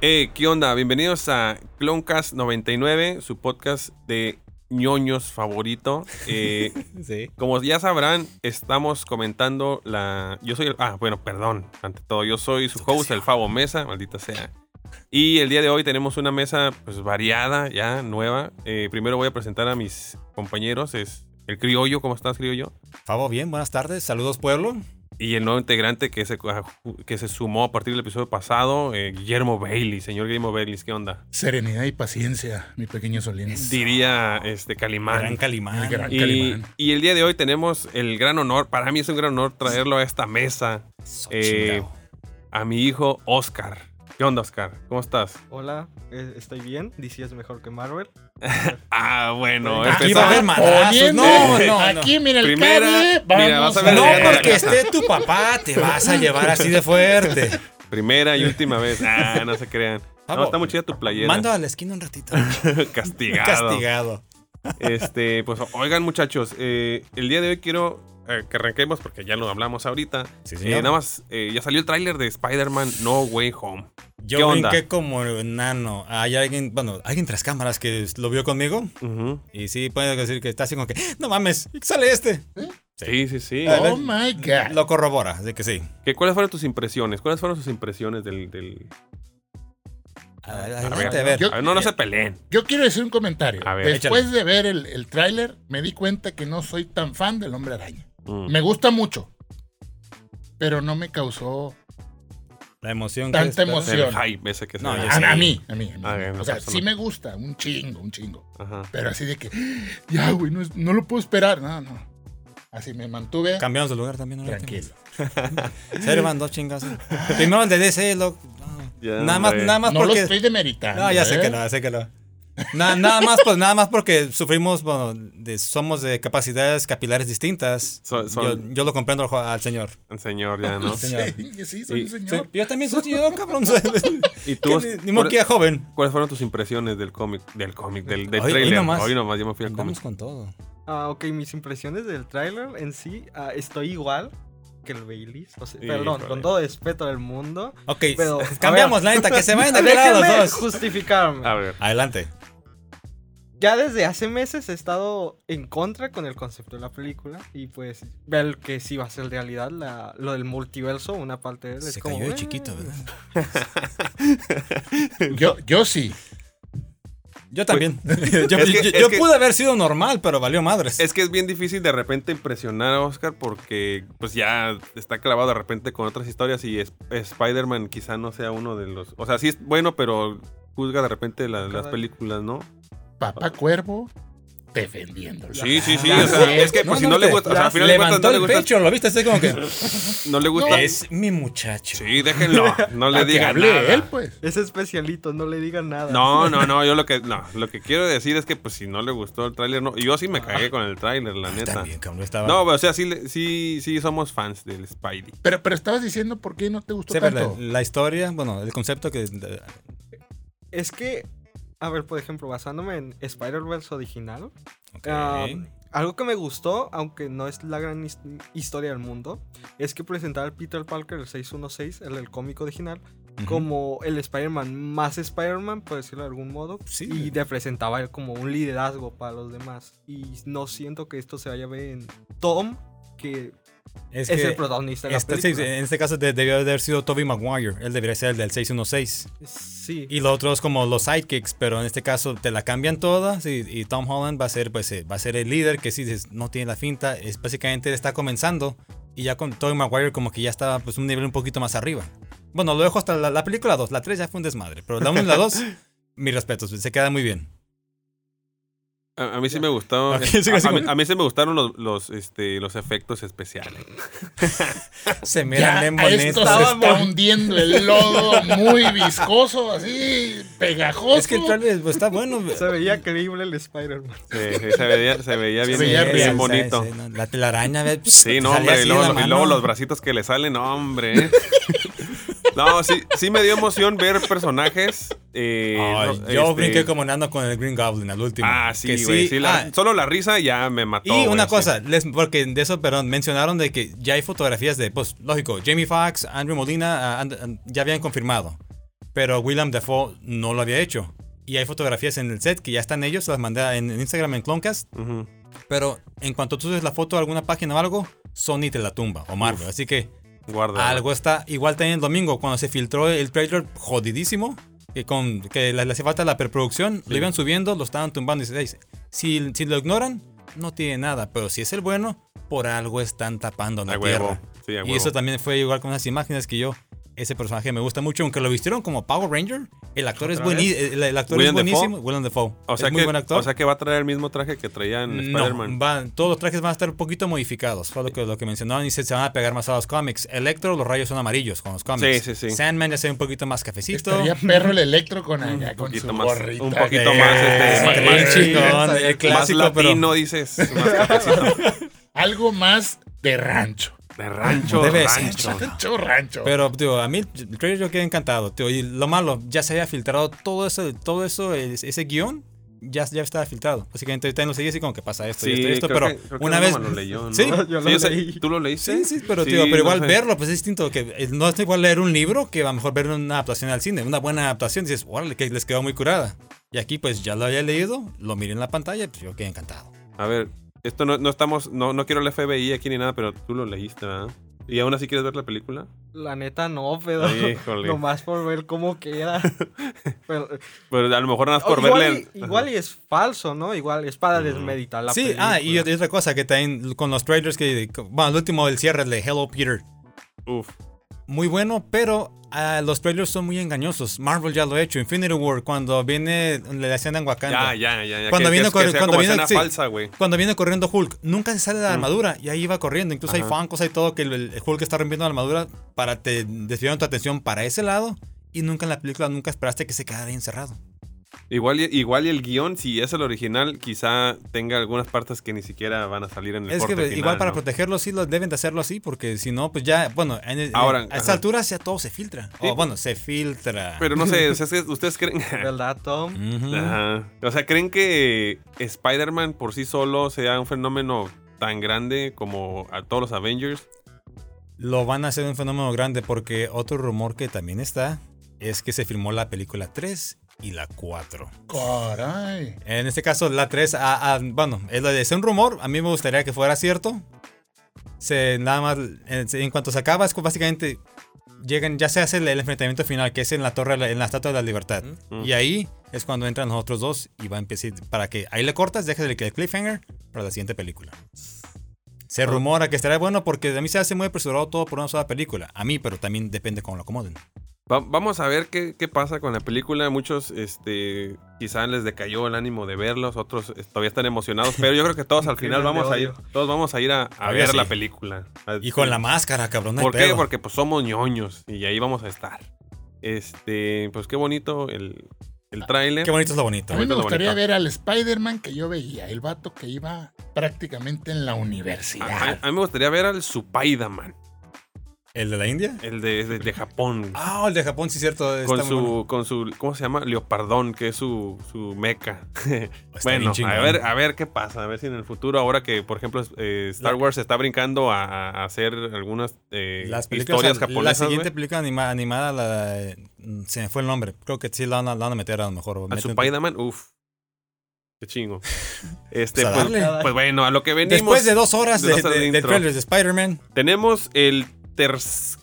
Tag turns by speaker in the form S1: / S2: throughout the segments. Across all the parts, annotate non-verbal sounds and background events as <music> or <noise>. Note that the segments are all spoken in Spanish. S1: Eh, ¿Qué onda? Bienvenidos a Cloncast 99, su podcast de ñoños favorito. Eh,
S2: Sí.
S1: como ya sabrán, estamos comentando la... Yo soy el... Ah, bueno, perdón, ante todo. Yo soy su host, el Fabo Mesa, maldita sea. Y el día de hoy tenemos una mesa pues variada, ya, nueva. Eh, primero voy a presentar a mis compañeros. Es el criollo, ¿cómo estás, criollo?
S2: Fabo, bien, buenas tardes. Saludos, pueblo.
S1: Y el nuevo integrante que se, que se sumó a partir del episodio pasado, eh, Guillermo Bailey. Señor Guillermo Bailey, ¿qué onda?
S3: Serenidad y paciencia, mi pequeño Solín.
S1: diría este
S2: Gran
S1: Calimán.
S2: Calimán.
S3: El gran-
S1: Y,
S3: Calimán.
S1: y el día de hoy tenemos el gran honor, para mí es un gran honor traerlo a esta mesa, eh,
S2: Xochingao.
S1: a mi hijo Oscar. ¿Qué onda, Oscar? ¿Cómo estás?
S4: Hola, eh, estoy bien. DC es mejor que Marvel.
S1: Ah, bueno,
S2: Aquí
S1: empezamos.
S2: va a haber madrazos.
S3: Poniendo
S2: No, no, no.
S3: aquí, mira el
S1: Primera,
S3: cable,
S1: mira, vas
S3: vamos este-
S1: a ver
S3: a-
S2: No,
S1: Dale, dale,
S2: porque
S1: dale.
S2: esté tu papá, te vas a llevar así de fuerte.
S1: primera y última <laughs> vez. Ah, no se crean. No,
S2: Pavo,
S1: está muy chida tu playera.
S2: Mando a la esquina un ratito.
S1: <laughs> Castigado.
S2: <laughs> Castigado.
S1: Este, pues oigan, muchachos, eh, el día de hoy quiero eh, que arranquemos porque ya lo hablamos ahorita.
S2: Sí,
S1: Eh, nada más, eh, ya salió el tráiler de Spider-Man No Way Home. ¿qué
S2: Yo
S1: onda?
S2: brinqué como nano. Hay alguien, bueno, alguien tras cámaras que lo vio conmigo.
S1: Ujú.
S2: Y sí, puede decir que está así como que, no mames, sale este.
S1: Sí, sí, sí.
S2: Ah,
S3: Oh my god.
S2: Lo corrobora, así que sí.
S1: ¿Qué- ¿Cuáles fueron tus impresiones? ¿Cuáles fueron sus impresiones del... del...
S2: Adelante, a ver.
S3: Yo-
S1: A ver, no, no se peleen.
S3: Yo quiero decir un comentario.
S1: A ver,
S3: Después de ver el, el tráiler, me di cuenta que no soy tan fan del Hombre Araña.
S1: Mm.
S3: Me gusta mucho, pero no me causó
S2: La emoción. que
S3: Tanta
S2: espera.
S3: emoción.
S1: El hype ese que se
S2: No,
S1: ve.
S2: yo
S3: a,
S2: sí.
S3: a mí, a mí. a mí.
S1: Ah, bien,
S3: o sea,
S1: persona.
S3: sí me gusta, un chingo, un chingo.
S1: Ajá.
S3: Pero así de que, ya, güey, no, es- no lo puedo esperar. No, no. Así me mantuve
S2: Cambiamos de lugar también. ¿no?
S3: tranquilo.
S2: <laughs> Servan dos chingas. Primero el de DC, lo- no.
S1: Ya,
S2: nada más,
S1: hombre.
S2: nada más
S3: No lo
S2: porque.
S3: estoy demeritando.
S2: no, ya sé
S3: ¿eh?
S2: que no, ya sé que no. Na- nada más, pues nada más porque sufrimos, bueno, de- somos de capacidades capilares distintas.
S1: Son- son-
S2: Yo, yo lo comprendo al, jo- al señor.
S1: El señor ya, ¿no?
S2: <laughs> Sí.
S1: <laughs>
S3: Sí, sí, soy un señor.
S2: <laughs> Sí, yo también soy señor, cabrón. <laughs> soy-
S1: ¿Y
S2: que
S1: tú?
S2: ni- ni modo que ya joven.
S1: ¿Cuáles fueron tus impresiones del cómic? Del cómic, del, del
S2: Hoy- hoy
S1: trailer.
S2: nomás.
S1: Hoy nomás, yo me fui al
S2: Andamos
S1: cómic.
S2: con todo.
S4: Ah, ok, mis impresiones del tráiler en sí, ah, estoy igual que el Baileys. O sea, perdón,
S1: Híjole.
S4: con todo respeto del mundo.
S2: Ok,
S4: Pero,
S2: s- cambiamos, la neta, que se vayan a
S4: <laughs>
S2: ver a los
S4: Déjenme
S2: dos.
S4: justificarme.
S1: A ver.
S2: Adelante.
S4: Ya desde hace meses he estado en contra con el concepto de la película y pues ver que sí va a ser realidad la- lo del multiverso, una parte de él es
S2: Se
S4: como,
S2: cayó de
S4: eh,
S2: chiquito, ¿verdad?
S3: Yo, yo sí.
S2: Yo también. <laughs> yo
S1: es que-
S2: yo-
S1: es
S2: yo
S1: que-
S2: pude haber sido normal, pero valió madres.
S1: Es que es bien difícil de repente impresionar a Oscar porque pues ya está clavado de repente con otras historias y es- Spider-Man quizá no sea uno de los... O sea, sí es bueno, pero juzga de repente la- las
S4: Cada-
S1: películas, ¿no?
S3: Papá Cuervo defendiéndolo.
S1: Sí, sí, sí.
S2: Ya
S1: o sea,
S2: sé.
S1: es que pues, si no, le
S2: te-
S1: gusta... O sea, al final de cuentas
S2: levantó
S1: no le
S2: el
S1: gusta...
S2: pecho, lo viste, así como que
S1: <laughs> No le gusta...
S2: es mi muchacho.
S1: Sí, déjenlo. No le
S3: A que
S1: digan
S3: hable
S1: nada.
S3: él, pues.
S4: Es especialito, no le digan nada.
S1: No, no, no, yo lo que no, lo que quiero decir es que pues si no le gustó el tráiler, no, yo sí me cagué con el tráiler, la neta.
S2: También, cabrón, estaba.
S1: No, o sea, sí le- sí sí somos fans del Spidey.
S3: Pero, pero estabas diciendo por qué no te gustó
S2: Sí, pero la,
S3: tanto.
S2: la historia, bueno, el concepto que.
S4: Es que, a ver, por ejemplo, basándome en Spider-Verse original,
S2: Ok.
S4: Ah, algo que me gustó, aunque no es la gran his- historia del mundo, es que presentar al Peter Parker, el 616, el, el cómico original,
S2: Ujú.
S4: como el Spider-Man más Spider-Man, por decirlo de algún modo,
S2: Sí.
S4: y te presentaba él como un liderazgo para los demás. Y no siento que esto se vaya a ver en Tom, que
S2: es
S4: es,
S2: que
S4: el protagonista de la
S2: este-
S4: película.
S2: en este caso de- debió haber sido Toby Maguire. Él debería ser el del 616.
S4: Sí.
S2: Y lo otro es como los sidekicks, pero en este caso te la cambian todas y, y Tom Holland va a ser pues eh, va a ser el líder que si dices, no tiene la finta, es básicamente está comenzando y ya con Tobey Maguire como que ya estaba pues un nivel un poquito más arriba. Bueno, lo dejo hasta la, la película 2, la 3 ya fue un desmadre, pero la 1 y
S1: <laughs>
S2: la 2, mis respetos, se queda muy bien.
S1: A, a mí sí me gustó.
S2: Ok, sí,
S1: a,
S2: sí,
S1: a mí,
S2: sí.
S1: a mí sí me gustaron los, los, este, los efectos especiales.
S2: Se miran
S3: Ya,
S2: bien
S3: a esto
S2: bonitos.
S3: se
S4: Estábamos-
S3: está hundiendo el lodo muy viscoso, así, pegajoso.
S2: Es que el trailer pues,
S1: <laughs>
S2: está bueno.
S4: Se veía creíble el Spider-Man.
S1: Sí, sí, se veía, se veía bien,
S3: Se veía
S1: bien
S3: real,
S1: bonito.
S2: sí, no,
S1: <laughs>
S2: La telaraña, ve, pss,
S1: Sí, no,
S2: salía
S1: hombre.
S2: Pues
S1: Y
S2: así de la
S1: luego, y
S2: mano.
S1: luego los bracitos que le salen, no, hombre. <laughs> ¿eh? No, sí, sí me dio emoción ver personajes. eh,
S2: Ay,
S1: no,
S2: yo
S1: este,
S2: brinqué como nando con el Green Goblin al último.
S1: Ah, sí,
S2: Que
S1: güey. sí, la-
S2: ah,
S1: solo la risa ya me mató.
S2: Y una
S1: güey, sí.
S2: cosa, les, porque de eso, perdón, mencionaron de que ya hay fotografías de, pues, lógico, Jamie Foxx, Andrew Molina, ah, and- and- ya habían confirmado. pero William Dafoe no lo había hecho. Y hay fotografías en el set que ya están ellos, las mandé en en Instagram, en Cloncast.
S1: Ujú.
S2: Pero en cuanto tú subes la foto a alguna página o algo, Sony te la tumba o Marvel. Así que
S1: Guarda.
S2: algo está. Igual también el domingo, cuando se filtró el trailer jodidísimo, que, con, que le, le hace falta la preproducción, lo iban subiendo, lo estaban tumbando. Y se dice, si, si lo ignoran, no tiene nada. Pero si es el bueno, por algo están tapando la
S1: A huevo.
S2: tierra.
S1: Sí, a
S2: Y
S1: huevo.
S2: eso también fue igual con unas imágenes que yo. Ese personaje me gusta mucho, aunque lo vistieron como Power Ranger. El actor es,
S4: ¿Otra
S2: bueni- el, el actor es
S1: ¿Willem Dafoe?
S2: buenísimo. Willem Dafoe.
S1: o sea que,
S2: es muy buen actor.
S1: O sea que va a traer el mismo traje que traía en Spider-Man.
S2: No, van- todos los trajes van a estar un poquito modificados. Fue lo que, lo que mencionaban y se, se van a pegar más a los cómics. Electro, los rayos son amarillos con los cómics.
S1: Sí, sí, sí.
S2: Sandman ya se ve un poquito más cafecito.
S3: Estaría perro el electro con, allá, con
S1: poquito
S3: su
S1: más-
S3: gorrita.
S1: un poquito
S3: que-
S1: más, este,
S3: Sí,
S1: más- más-
S3: sí,
S2: Eh, chingón,
S3: sí,
S2: el
S3: sí.
S2: clásico.
S1: más latino,
S2: pero-
S1: dices. Más cafecito.
S2: <laughs>
S3: Algo más
S1: <laughs>
S3: de rancho.
S1: de rancho,
S2: Debe de ser,
S1: rancho.
S3: Rancho, rancho.
S2: Pero, tío, a mí el trailer yo quedé encantado, tío. Y lo malo, ya se había filtrado todo eso, todo eso, es- ese guión, ya, ya estaba filtrado. Básicamente, ahorita no seguí así como que pasa esto y esto y esto,
S1: creo
S2: pero
S1: que- creo que
S2: una
S1: Roma
S2: vez...
S1: lo leyó, ¿no?
S2: Sí,
S4: Yo
S1: Sí,
S4: lo
S1: o sea,
S4: leí.
S1: ¿Tú lo leíste?
S2: Sí, sí, pero, tío, pero
S1: no
S2: igual
S1: sé.
S2: verlo, pues es distinto. que eh, No es igual leer un libro que a lo mejor ver una adaptación al cine. Una buena adaptación, dices, órale, que les quedó muy curada. Y aquí, pues ya lo había leído, lo miré en la pantalla, pues yo quedé encantado.
S1: A ver, esto no, no estamos. No, no quiero el FBI aquí ni nada, pero tú lo leíste, ¿verdad? ¿Y aún así quieres ver la película?
S4: La neta no, pero
S1: Híjole.
S4: <laughs> nomás por ver cómo
S1: <laughs>
S4: queda.
S1: Pero
S4: Pero-
S1: Pues, a lo mejor nada más por
S4: Oh, igual,
S1: verle.
S4: y, igual y es falso, ¿no? Igual es para desmeditar la
S2: sí,
S4: película.
S2: ah, y otra- y otra cosa que también con los trailers que. Bueno, el último del cierre, el de Hello Peter.
S1: Uf.
S2: muy bueno, pero ah, los trailers son muy engañosos. Marvel ya lo ha hecho. Infinity War, cuando viene la escena en Wakanda.
S1: Ya, ya, ya. ya.
S2: Cuando
S1: que-
S2: vino
S1: que,
S2: con-
S1: que sea
S2: cuando
S1: como
S2: vino-
S1: escena
S2: sí.
S1: falsa, güey.
S2: Cuando viene corriendo Hulk, nunca se sale de la armadura y ahí va corriendo. Incluso hay
S1: Mm. Ajá.
S2: fancos, hay todo que el, el Hulk está rompiendo la armadura para te desviar tu atención para ese lado. Y nunca en la película, nunca esperaste que se quedara ahí encerrado.
S1: Igual, y- igual y el guión, si es el original, quizá tenga algunas partes que ni siquiera van a salir en el
S2: Es que
S1: corte
S2: pues,
S1: final,
S2: igual para
S1: ¿no?
S2: protegerlos sí los deben de hacerlo así, porque si no, pues ya, bueno, en el-
S1: Ahora,
S2: a
S1: ajá.
S2: esta altura ya todo se filtra.
S1: Sí.
S2: O bueno, se filtra.
S1: Pero no sé, o sea, es que ustedes creen.
S4: <laughs>
S1: <laughs>
S4: ¿Verdad,
S1: Mm.
S4: Tom?
S2: Ujú.
S1: Ajá. O sea, ¿creen que Spider-Man por sí solo sea un fenómeno tan grande como a todos los Avengers?
S2: lo van a hacer un fenómeno grande porque otro rumor que también está es que se filmó la película 3 y la 4.
S3: Caray.
S2: En este caso, la 3, a- a- bueno, es lo de- es un rumor, a mí me gustaría que fuera cierto. Se, nada más, en, en cuanto se acaba, es que básicamente llegan, ya se hace el, el enfrentamiento final, que es en la torre, de la- en la Estatua de la Libertad.
S1: Mm.
S2: Y ahí es cuando entran los otros dos y va a empezar, para que ahí le cortas, dejas el, el cliffhanger para la siguiente película. Se rumora que estará bueno porque a mí se hace muy apresurado todo por una sola película. A mí, pero también depende cómo lo acomoden.
S1: Va- vamos a ver qué, qué pasa con la película. Muchos, este, quizá les decayó el ánimo de verlos, otros eh, todavía están emocionados, pero yo creo que todos al final
S4: Crimen de
S1: vamos a ir,
S4: odio.
S1: todos vamos a ir a, a
S2: Obvio
S1: ver
S2: sí.
S1: la película. A-
S2: Y con la máscara, cabrón. no hay
S1: ¿Por qué?
S2: pedo.
S1: Porque pues somos ñoños y ahí vamos a estar. Este, pues qué bonito el, el tráiler.
S2: Qué bonito es lo bonito.
S3: A mí me
S1: bonito,
S3: gustaría
S1: bonito.
S3: ver al Spider-Man que yo veía, el vato que iba prácticamente en la
S1: A,
S3: universidad.
S1: a- a mí me gustaría ver al Supaidaman,
S2: ¿El de la India?
S1: el de, de, de Japón.
S2: Ah, el de Japón, sí, cierto. está
S1: con
S2: muy
S1: su,
S2: bueno.
S1: con su, ¿cómo se llama? Leopardón, que es su, su meca.
S2: Está bien
S1: bueno,
S2: chingón.
S1: a ver, a ver qué pasa, a ver si en el futuro, ahora que, por ejemplo, es- eh, Star
S2: La-
S1: Wars está brincando a, a hacer algunas eh,
S2: Las películas,
S1: historias
S2: la- La
S1: japonesas. güey.
S2: siguiente película anima- animada, la, eh, se me fue el nombre. Creo que sí la van a, la van a meter a lo mejor.
S1: Al
S2: Meten-
S1: Supaidaman, uff. Qué
S2: <laughs>
S1: chingo. Este,
S2: Pues a
S1: pues,
S2: darle.
S1: pues bueno, a lo que venimos.
S2: Después de dos horas
S1: de
S2: de,
S1: dos horas
S2: de-
S1: de
S2: de
S1: intro.
S2: trailers de Spider-Man,
S1: Tenemos el tercer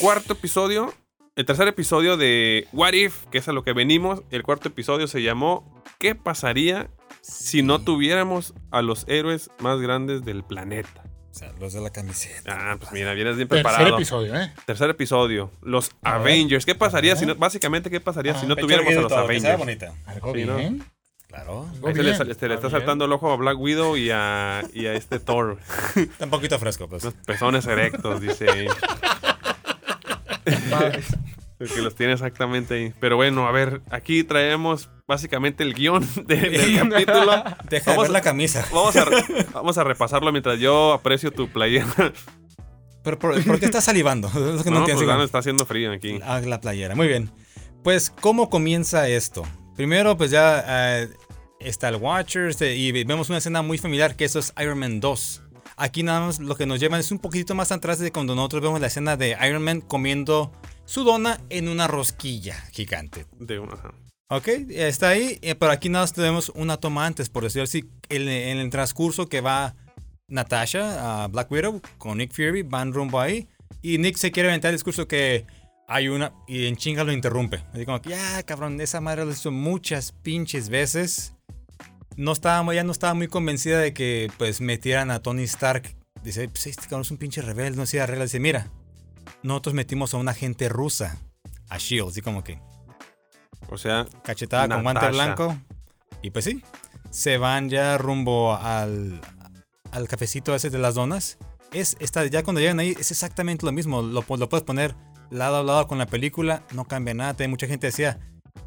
S1: cuarto episodio. El tercer episodio de What If, que es a lo que venimos. El cuarto episodio se llamó ¿Qué pasaría si no tuviéramos a los héroes más grandes del planeta?
S2: o sea, los de la camiseta.
S1: Ah, pues mira, vienes bien
S3: Tercer
S1: preparado.
S3: episodio, ¿eh?
S1: Tercer episodio, los
S3: A ver.
S1: Avengers. ¿Qué pasaría
S3: Ajá.
S1: si no, básicamente, qué pasaría si
S3: Ah,
S1: no
S2: Pecho
S1: tuviéramos a
S2: erguido
S1: los
S2: todo, que se vea
S1: Avengers?
S2: bonita.
S3: Algo
S1: Sí, ¿no?
S3: bien.
S2: Claro.
S3: algo
S1: Ahí se le,
S3: bien.
S1: se le está
S4: Está bien.
S1: saltando el ojo a Black Widow y a, y a este Thor.
S2: Está un poquito fresco, pues.
S1: Los pezones erectos, dice ahí. <laughs> Que los tiene exactamente ahí. Pero bueno, a ver, aquí traemos básicamente el guión <laughs> de- del capítulo.
S2: Deja de
S1: Vamos
S2: ver
S1: a-
S2: la camisa. <laughs>
S1: Vamos a, re- vamos a repasarlo mientras yo aprecio tu playera.
S2: Pero, ¿Por, por qué estás salivando? <laughs> Es que no
S1: No,
S2: entiendo.
S1: pues Dan, está haciendo frío aquí.
S2: Ah, la playera, muy bien. Pues, ¿cómo comienza esto? Primero, pues este, ya eh, está el Watchers eh, y vemos una escena muy familiar que eso es Iron Man 2. Aquí nada más lo que nos llevan es un poquitito más atrás de cuando nosotros vemos la escena de Iron Man comiendo su dona en una rosquilla gigante.
S1: De uno, ajá.
S2: Ok, está ahí, eh, pero aquí nada más tenemos una toma antes, por decirlo así. En, en el transcurso que va Natasha a Black Widow con Nick Fury, van rumbo ahí. Y Nick se quiere aventar el discurso que hay una. Y en chinga lo interrumpe. Así como que, ya, cabrón, esa madre lo hizo muchas pinches veces. No estaba, mu- ya no estaba muy convencida de que pues metieran a Tony Stark. Dice, pues este cabrón es un pinche rebelde, no se da regla. Dice, mira, nosotros metimos a una gente rusa, a Shield, E así como que
S1: O sea,
S2: cachetada con guante
S1: Natasha.
S2: blanco. Y pues sí, se van ya rumbo al, al cafecito ese de las donas. Es, está, ya cuando llegan ahí es exactamente lo mismo. Lo, po- lo puedes poner lado a lado con la película, no cambia nada. También mucha gente decía,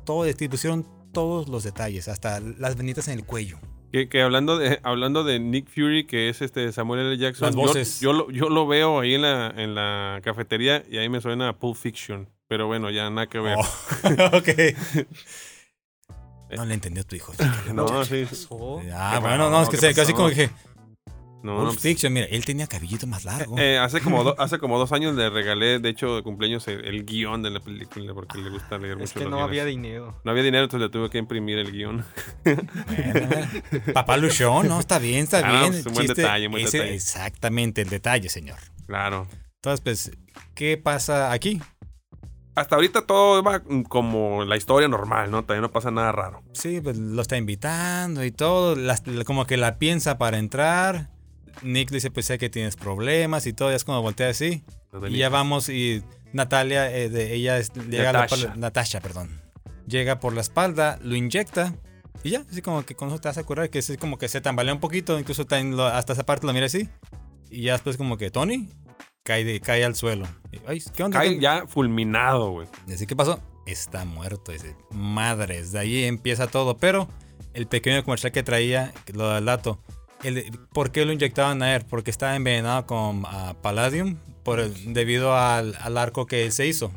S2: todo, este, pusieron todos los detalles, hasta las venitas en el cuello. <laughs>
S1: que, que hablando, de, <laughs> hablando de Nick Fury, que es este Samuel L. Jackson,
S2: Las
S1: yo-
S2: voces.
S1: Yo, lo, yo lo veo ahí en la, en la cafetería y ahí me suena a Pulp Fiction. Pero bueno, ya nada que ver. <laughs>
S2: Oh, ok. No le entendió tu hijo.
S1: no, sí.
S4: Pasó.
S2: Ah,
S1: ¿Qué
S2: bueno,
S1: pasó?
S2: no, es que
S1: ¿Qué
S2: se quedó así
S1: pasó?
S2: como que.
S1: No,
S2: Pulp
S1: pues,
S2: Fiction, mira, él tenía cabellito más largo.
S1: eh, hace, como do- hace como dos años le regalé, de hecho, de cumpleaños el, el guión de la película porque le gusta leer mucho
S4: Es que
S1: los
S4: no
S1: guiones.
S4: había dinero.
S1: No había dinero, entonces le tuve que imprimir el guión. <laughs>
S2: Bueno, bueno. Papá Luchón, no, está bien, está
S1: Ah, no,
S2: bien.
S1: es un
S2: el
S1: buen
S2: chiste,
S1: detalle, buen
S2: ese-
S1: detalle.
S2: Exactamente, el detalle, señor.
S1: Claro.
S2: Entonces, pues, ¿qué pasa aquí?
S1: Hasta ahorita todo va mm, como la historia normal, ¿no? También no pasa nada raro.
S2: Sí, pues lo está invitando y todo, las- como que la piensa para entrar. Nick le dice, pues sé que tienes problemas y todo, ya es como voltea así. Y ya vamos y Natalia, eh, de- ella es- llega a la
S1: Natasha.
S2: pala- Natasha, perdón. Llega por la espalda, lo inyecta y ya, así como que con eso te vas a curar, que es como que se tambalea un poquito, incluso también lo- hasta esa parte lo mira así. Y ya después como que Tony cae, de, cae al suelo. Y, Ay, ¿qué onda?
S1: Cae
S2: ¿Qué-
S1: ya fulminado, güey.
S2: Así que pasó, está muerto. Dice, madres, de ahí empieza todo. Pero el pequeño comercial que traía, que lo del dato, el de- ¿por qué lo inyectaban a él? Porque estaba envenenado con ah, palladium por el- debido al, al arco que se hizo.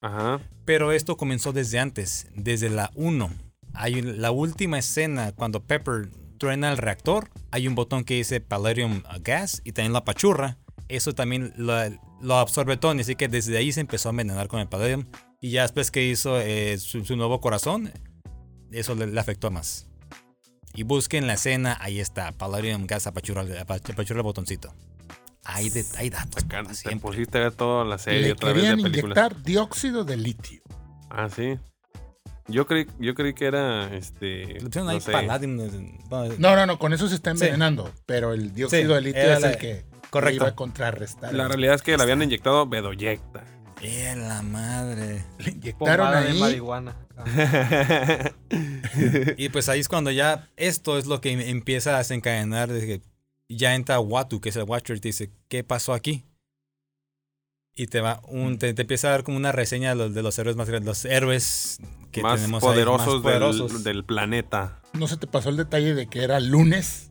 S1: Ajá.
S2: Pero esto comenzó desde antes, desde la 1. Hay un- la última escena cuando Pepper truena el reactor, hay un botón que dice Palladium uh, Gas y también la pachurra. Eso también lo, lo absorbe Tony, así que desde ahí se empezó a envenenar con el Palladium. Y ya después que hizo eh, su, su nuevo corazón, eso le, le afectó más. Y busquen la escena, ahí está, Palladium Gas apachurra, apach- apachurra el botoncito. Hay, de, hay datos.
S1: Acá
S2: papá,
S1: te
S2: siempre.
S1: pusiste a ver toda la serie
S3: Le
S1: otra vez de
S3: querían
S1: películas.
S3: inyectar dióxido de litio.
S1: Ah, sí. Yo creí, yo creí que era este.
S2: Le pusieron
S1: no
S2: ahí
S1: sé.
S2: Pues, Palladium, eh, bueno,
S3: No, no, no, con eso se está
S2: Sí.
S3: envenenando, pero el dióxido
S2: Sí,
S3: de litio
S2: era
S3: es
S2: la-
S3: el que
S2: correcto.
S3: le iba a contrarrestar.
S1: La realidad es que le habían inyectado
S2: <laughs>
S1: Bedoyecta.
S2: Eh, la madre.
S3: Le inyectaron
S4: Pomada de
S3: ahí.
S4: marihuana. Ah,
S2: Y pues ahí es cuando ya esto es lo que em- empieza a desencadenar. de que ya entra Watu, que es el Watcher, y te dice, ¿qué pasó aquí? Y te va
S1: Mm.
S2: un, te, te empieza a dar como una reseña de los, de los héroes más grandes, los héroes que
S1: más,
S2: tenemos ahí,
S1: poderosos
S2: más poderosos.
S1: Del, del planeta.
S3: No se te pasó el detalle de que era lunes.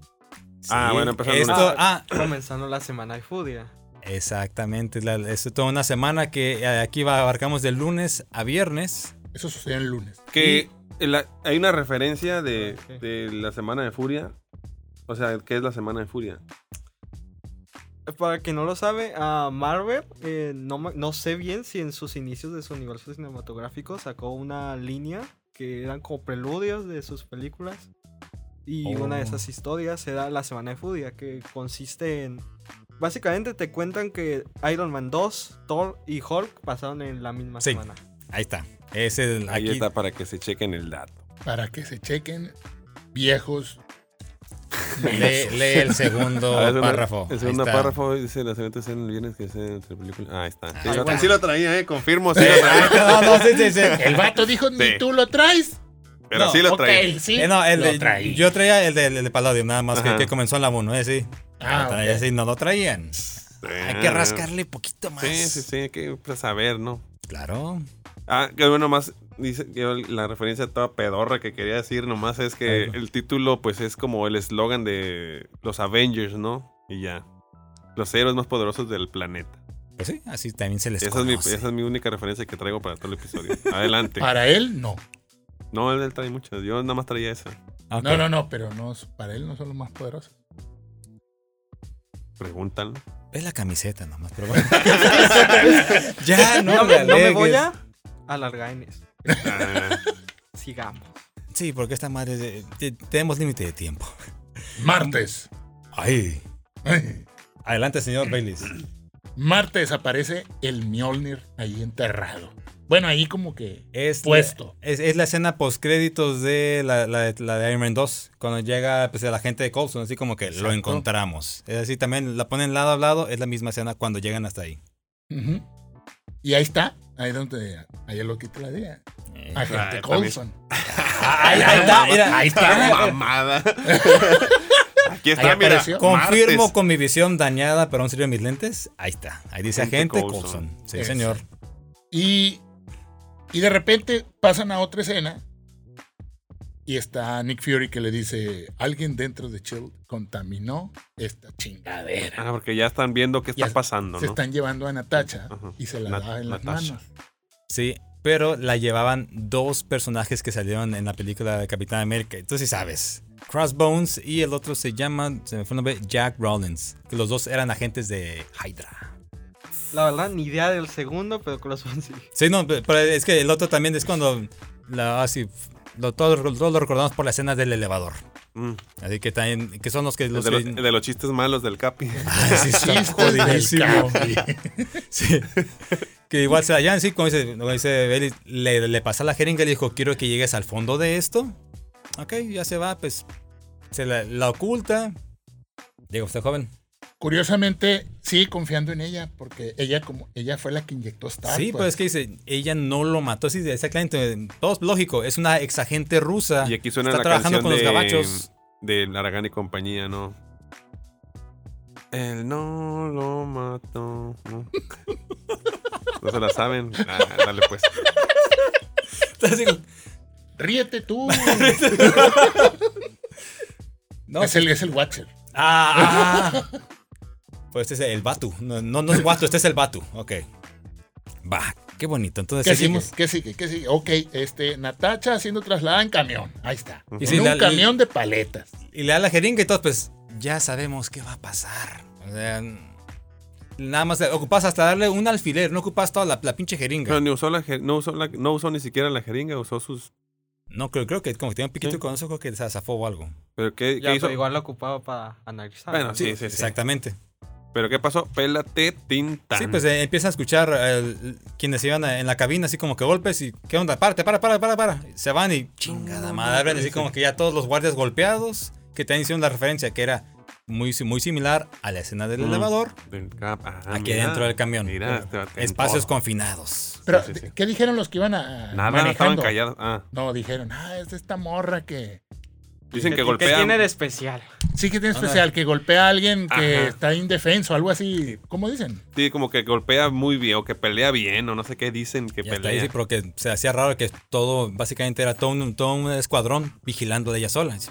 S1: Ah, bueno, empezando
S2: esto,
S4: lunes.
S2: Ah,
S4: Comenzando la semana de Fudia.
S2: exactamente. la- es toda una semana que eh, aquí va, abarcamos de lunes a viernes.
S3: Eso sucedió el lunes.
S1: Que la- hay una referencia de,
S4: Ok.
S1: de la Semana de Furia. O sea, ¿qué es la Semana de Furia?
S4: Para quien no lo sabe, a Marvel, eh, no, ma- no sé bien si en sus inicios de su universo cinematográfico sacó una línea que eran como preludios de sus películas. Y
S2: Oh.
S4: una de esas historias era La Semana de Furia, que consiste en... Básicamente te cuentan que Iron Man 2, Thor y Hulk pasaron en la misma
S2: Sí.
S4: semana.
S2: Ahí está. Es el,
S1: Ahí
S2: aquí-
S1: está para que se chequen el dato.
S3: Para que se chequen viejos.
S2: Lee,
S1: <laughs>
S2: lee el segundo
S1: Ah, es una-
S2: párrafo.
S1: El
S2: Ahí
S1: segundo
S2: está.
S1: párrafo dice la segunda escena el viernes que se entre películas. Ah, ahí está. Sí,
S2: Ah,
S1: lo,
S3: bueno.
S1: sí lo traía, eh, confirmo, sí
S2: <laughs>
S1: lo traía.
S2: <laughs> No, no, sí, sí, sí.
S3: El vato dijo,
S1: Sí.
S3: ni tú lo traes.
S1: Pero
S2: No,
S1: sí lo
S3: ok,
S1: traía.
S3: sí.
S2: Eh, no, el
S3: lo
S2: de-
S3: traí.
S2: yo traía el de, el de Palladium, nada más que,
S1: Ajá.
S2: que comenzó en la 1, ¿eh? Sí.
S3: Ah,
S2: Hasta
S3: ok.
S2: ahí sí no lo traían. Hay que
S1: Ah,
S2: rascarle poquito más.
S1: Sí, sí, sí, hay que pues, saber, ¿no?
S2: Claro.
S1: Ah, que bueno, más dice que la referencia toda pedorra que quería decir nomás es que
S2: Claro.
S1: el título pues es como el eslogan de los Avengers, ¿no? Y ya. Los héroes más poderosos del planeta.
S2: Pues sí, así también se les
S1: Esa es, mi,
S2: conoce.
S1: esa es mi única referencia que traigo para todo el
S2: <laughs>
S1: episodio. Adelante.
S3: Para él, no.
S1: No, él, él trae muchas. Yo nada más traía esa.
S2: Ok.
S3: No, no, no, pero no, para él no son los más poderosos.
S1: Pregúntalo.
S2: Es la camiseta nomás, pero bueno. <laughs> ya, no,
S4: No, me, no me
S2: alegues.
S4: voy a alargar en eso.
S1: Ah,
S4: Sigamos.
S2: Sí, porque esta madre. es de- te- tenemos límite de tiempo.
S3: Martes.
S2: Ay.
S3: Ay.
S2: Adelante, señor Bailey.
S3: Martes aparece el Mjolnir ahí enterrado. Bueno, ahí como que
S2: Es
S3: puesto.
S2: La, es, es la escena postcréditos de la, la, la de Iron Man 2, cuando llega pues, la gente de Colson, así como que lo
S3: Exacto.
S2: encontramos. Es así también, la ponen lado a lado, es la misma escena cuando llegan hasta ahí.
S3: Ujú. Y ahí está. Ahí donde. Ahí lo quita la idea. Agente
S1: Ah, también. Ah,
S3: Coulson.
S2: <laughs> Ahí, ahí está, mira.
S3: Ahí
S1: esta
S3: está.
S2: <laughs>
S1: mamada. Aquí está,
S3: Ahí
S1: mira.
S3: apareció.
S2: Confirmo
S1: martes.
S2: con mi visión dañada, pero aún sirven mis lentes. Ahí está, ahí dice
S1: Agente
S2: agente
S1: Coulson.
S2: Colson. Sí,
S3: Eso.
S2: señor.
S3: Y, y de repente pasan a otra escena. Y está Nick Fury que le dice: Alguien dentro de Shield contaminó esta chingadera.
S1: Ah, porque ya están viendo qué está
S3: Ya
S1: pasando,
S3: se
S1: ¿no?
S3: están llevando a Natacha
S1: Ajá.
S3: y se la
S1: Na-
S3: da en las
S1: Natasha.
S3: manos.
S2: Sí, pero la llevaban dos personajes que salieron en la película de Capitán América. Entonces, sí sabes. Crossbones y el otro se llama, se me fue el nombre, Jack Rollins. Que los dos eran agentes de Hydra.
S4: La verdad, ni idea del segundo, pero corazón sí.
S2: Sí, no, pe- pero es que el otro también es cuando la así lo, todos, todos lo recordamos por la escena del elevador.
S1: Mm.
S2: Así que también, que son los que
S1: El
S2: los
S1: de, los,
S2: que-
S1: el de los chistes malos del Capi.
S2: Ay, <laughs> sí, está
S3: Chistes del
S2: jodidísimo.
S3: Capi.
S2: Sí. Que igual se hallan, sí, como dice, como dice Belis, le, le pasa la jeringa y le dijo, quiero que llegues al fondo de esto. Ok, ya se va, pues se la, la oculta. Digo, usted joven.
S3: Curiosamente, sigue confiando en ella porque ella como ella fue la que inyectó esta.
S2: sí, pero es que dice, ella no lo mató, sí, exactamente. Todo es lógico, es una exagente rusa.
S1: Y aquí suena
S2: Está
S1: la
S2: trabajando
S1: canción
S2: con los
S1: de,
S2: gabachos. <laughs>
S1: de Laragán y compañía, ¿no? Él no lo mató. No, No se la
S2: <laughs>
S1: saben. Ah, dale pues.
S2: Entonces digo,
S1: <laughs>
S3: Ríete tú.
S2: no,
S3: es, el, es el Watcher.
S2: Ah, ah. Pues este es el Batu. No, no, no es Batu, este es el Batu. Ok. Va, qué bonito. Entonces
S3: ¿Qué
S2: seguimos.
S3: sigue? ¿Qué sigue? ¿Qué sigue? Ok, este, Natacha siendo trasladada en camión. Ahí está.
S1: Y
S3: En
S2: si
S3: un
S2: la-
S3: camión de paletas.
S2: Y le da la jeringa y todo, pues ya sabemos qué va a pasar. O sea, nada más eh, ocupas hasta darle un alfiler, no ocupas toda la, la pinche
S1: Pero
S2: jeringa.
S1: ni usó la, jer- no, usó la- no usó ni siquiera la jeringa, usó sus.
S2: No, creo, creo que como que tiene un piquito
S1: Sí.
S2: con eso, creo que se zafó o algo.
S1: ¿Pero qué,
S4: Ya,
S1: qué hizo?
S4: pero igual lo ocupaba para analizar.
S1: Bueno, sí, sí, sí.
S2: Exactamente.
S1: ¿Pero qué pasó? Pélate tinta.
S2: Sí, pues eh, empieza a escuchar eh, quienes iban a- en la cabina, así como que golpes y ¿qué onda? Parte, para, para, para, para. Se van y chingada madre, abren así como que ya todos los guardias golpeados, que también hicieron la referencia que era muy, si- muy similar a la escena del
S1: Mm.
S2: elevador,
S1: Del cap- ah,
S2: aquí
S1: mira.
S2: dentro del camión.
S1: Mira, este vato en
S2: Espacios
S1: todo.
S2: confinados.
S3: Pero,
S1: Sí, sí, sí.
S3: ¿qué dijeron los que iban a
S1: Nada, estaban
S3: manejando?
S1: callados. Ah,
S3: No, dijeron, ah, es esta morra que.
S1: dicen que
S4: ¿Qué
S1: golpean.
S4: tiene de especial?
S3: Sí que tiene
S2: Anda.
S3: especial, que golpea a alguien que
S1: Ajá.
S3: está indefenso, algo así. ¿Cómo dicen?
S1: Sí, como que golpea muy bien o que pelea bien o no sé qué dicen que
S2: Y hasta ahí
S1: pelea.
S2: sí, pero que se hacía raro que todo, básicamente era todo un, todo un escuadrón vigilando de ella sola. Así,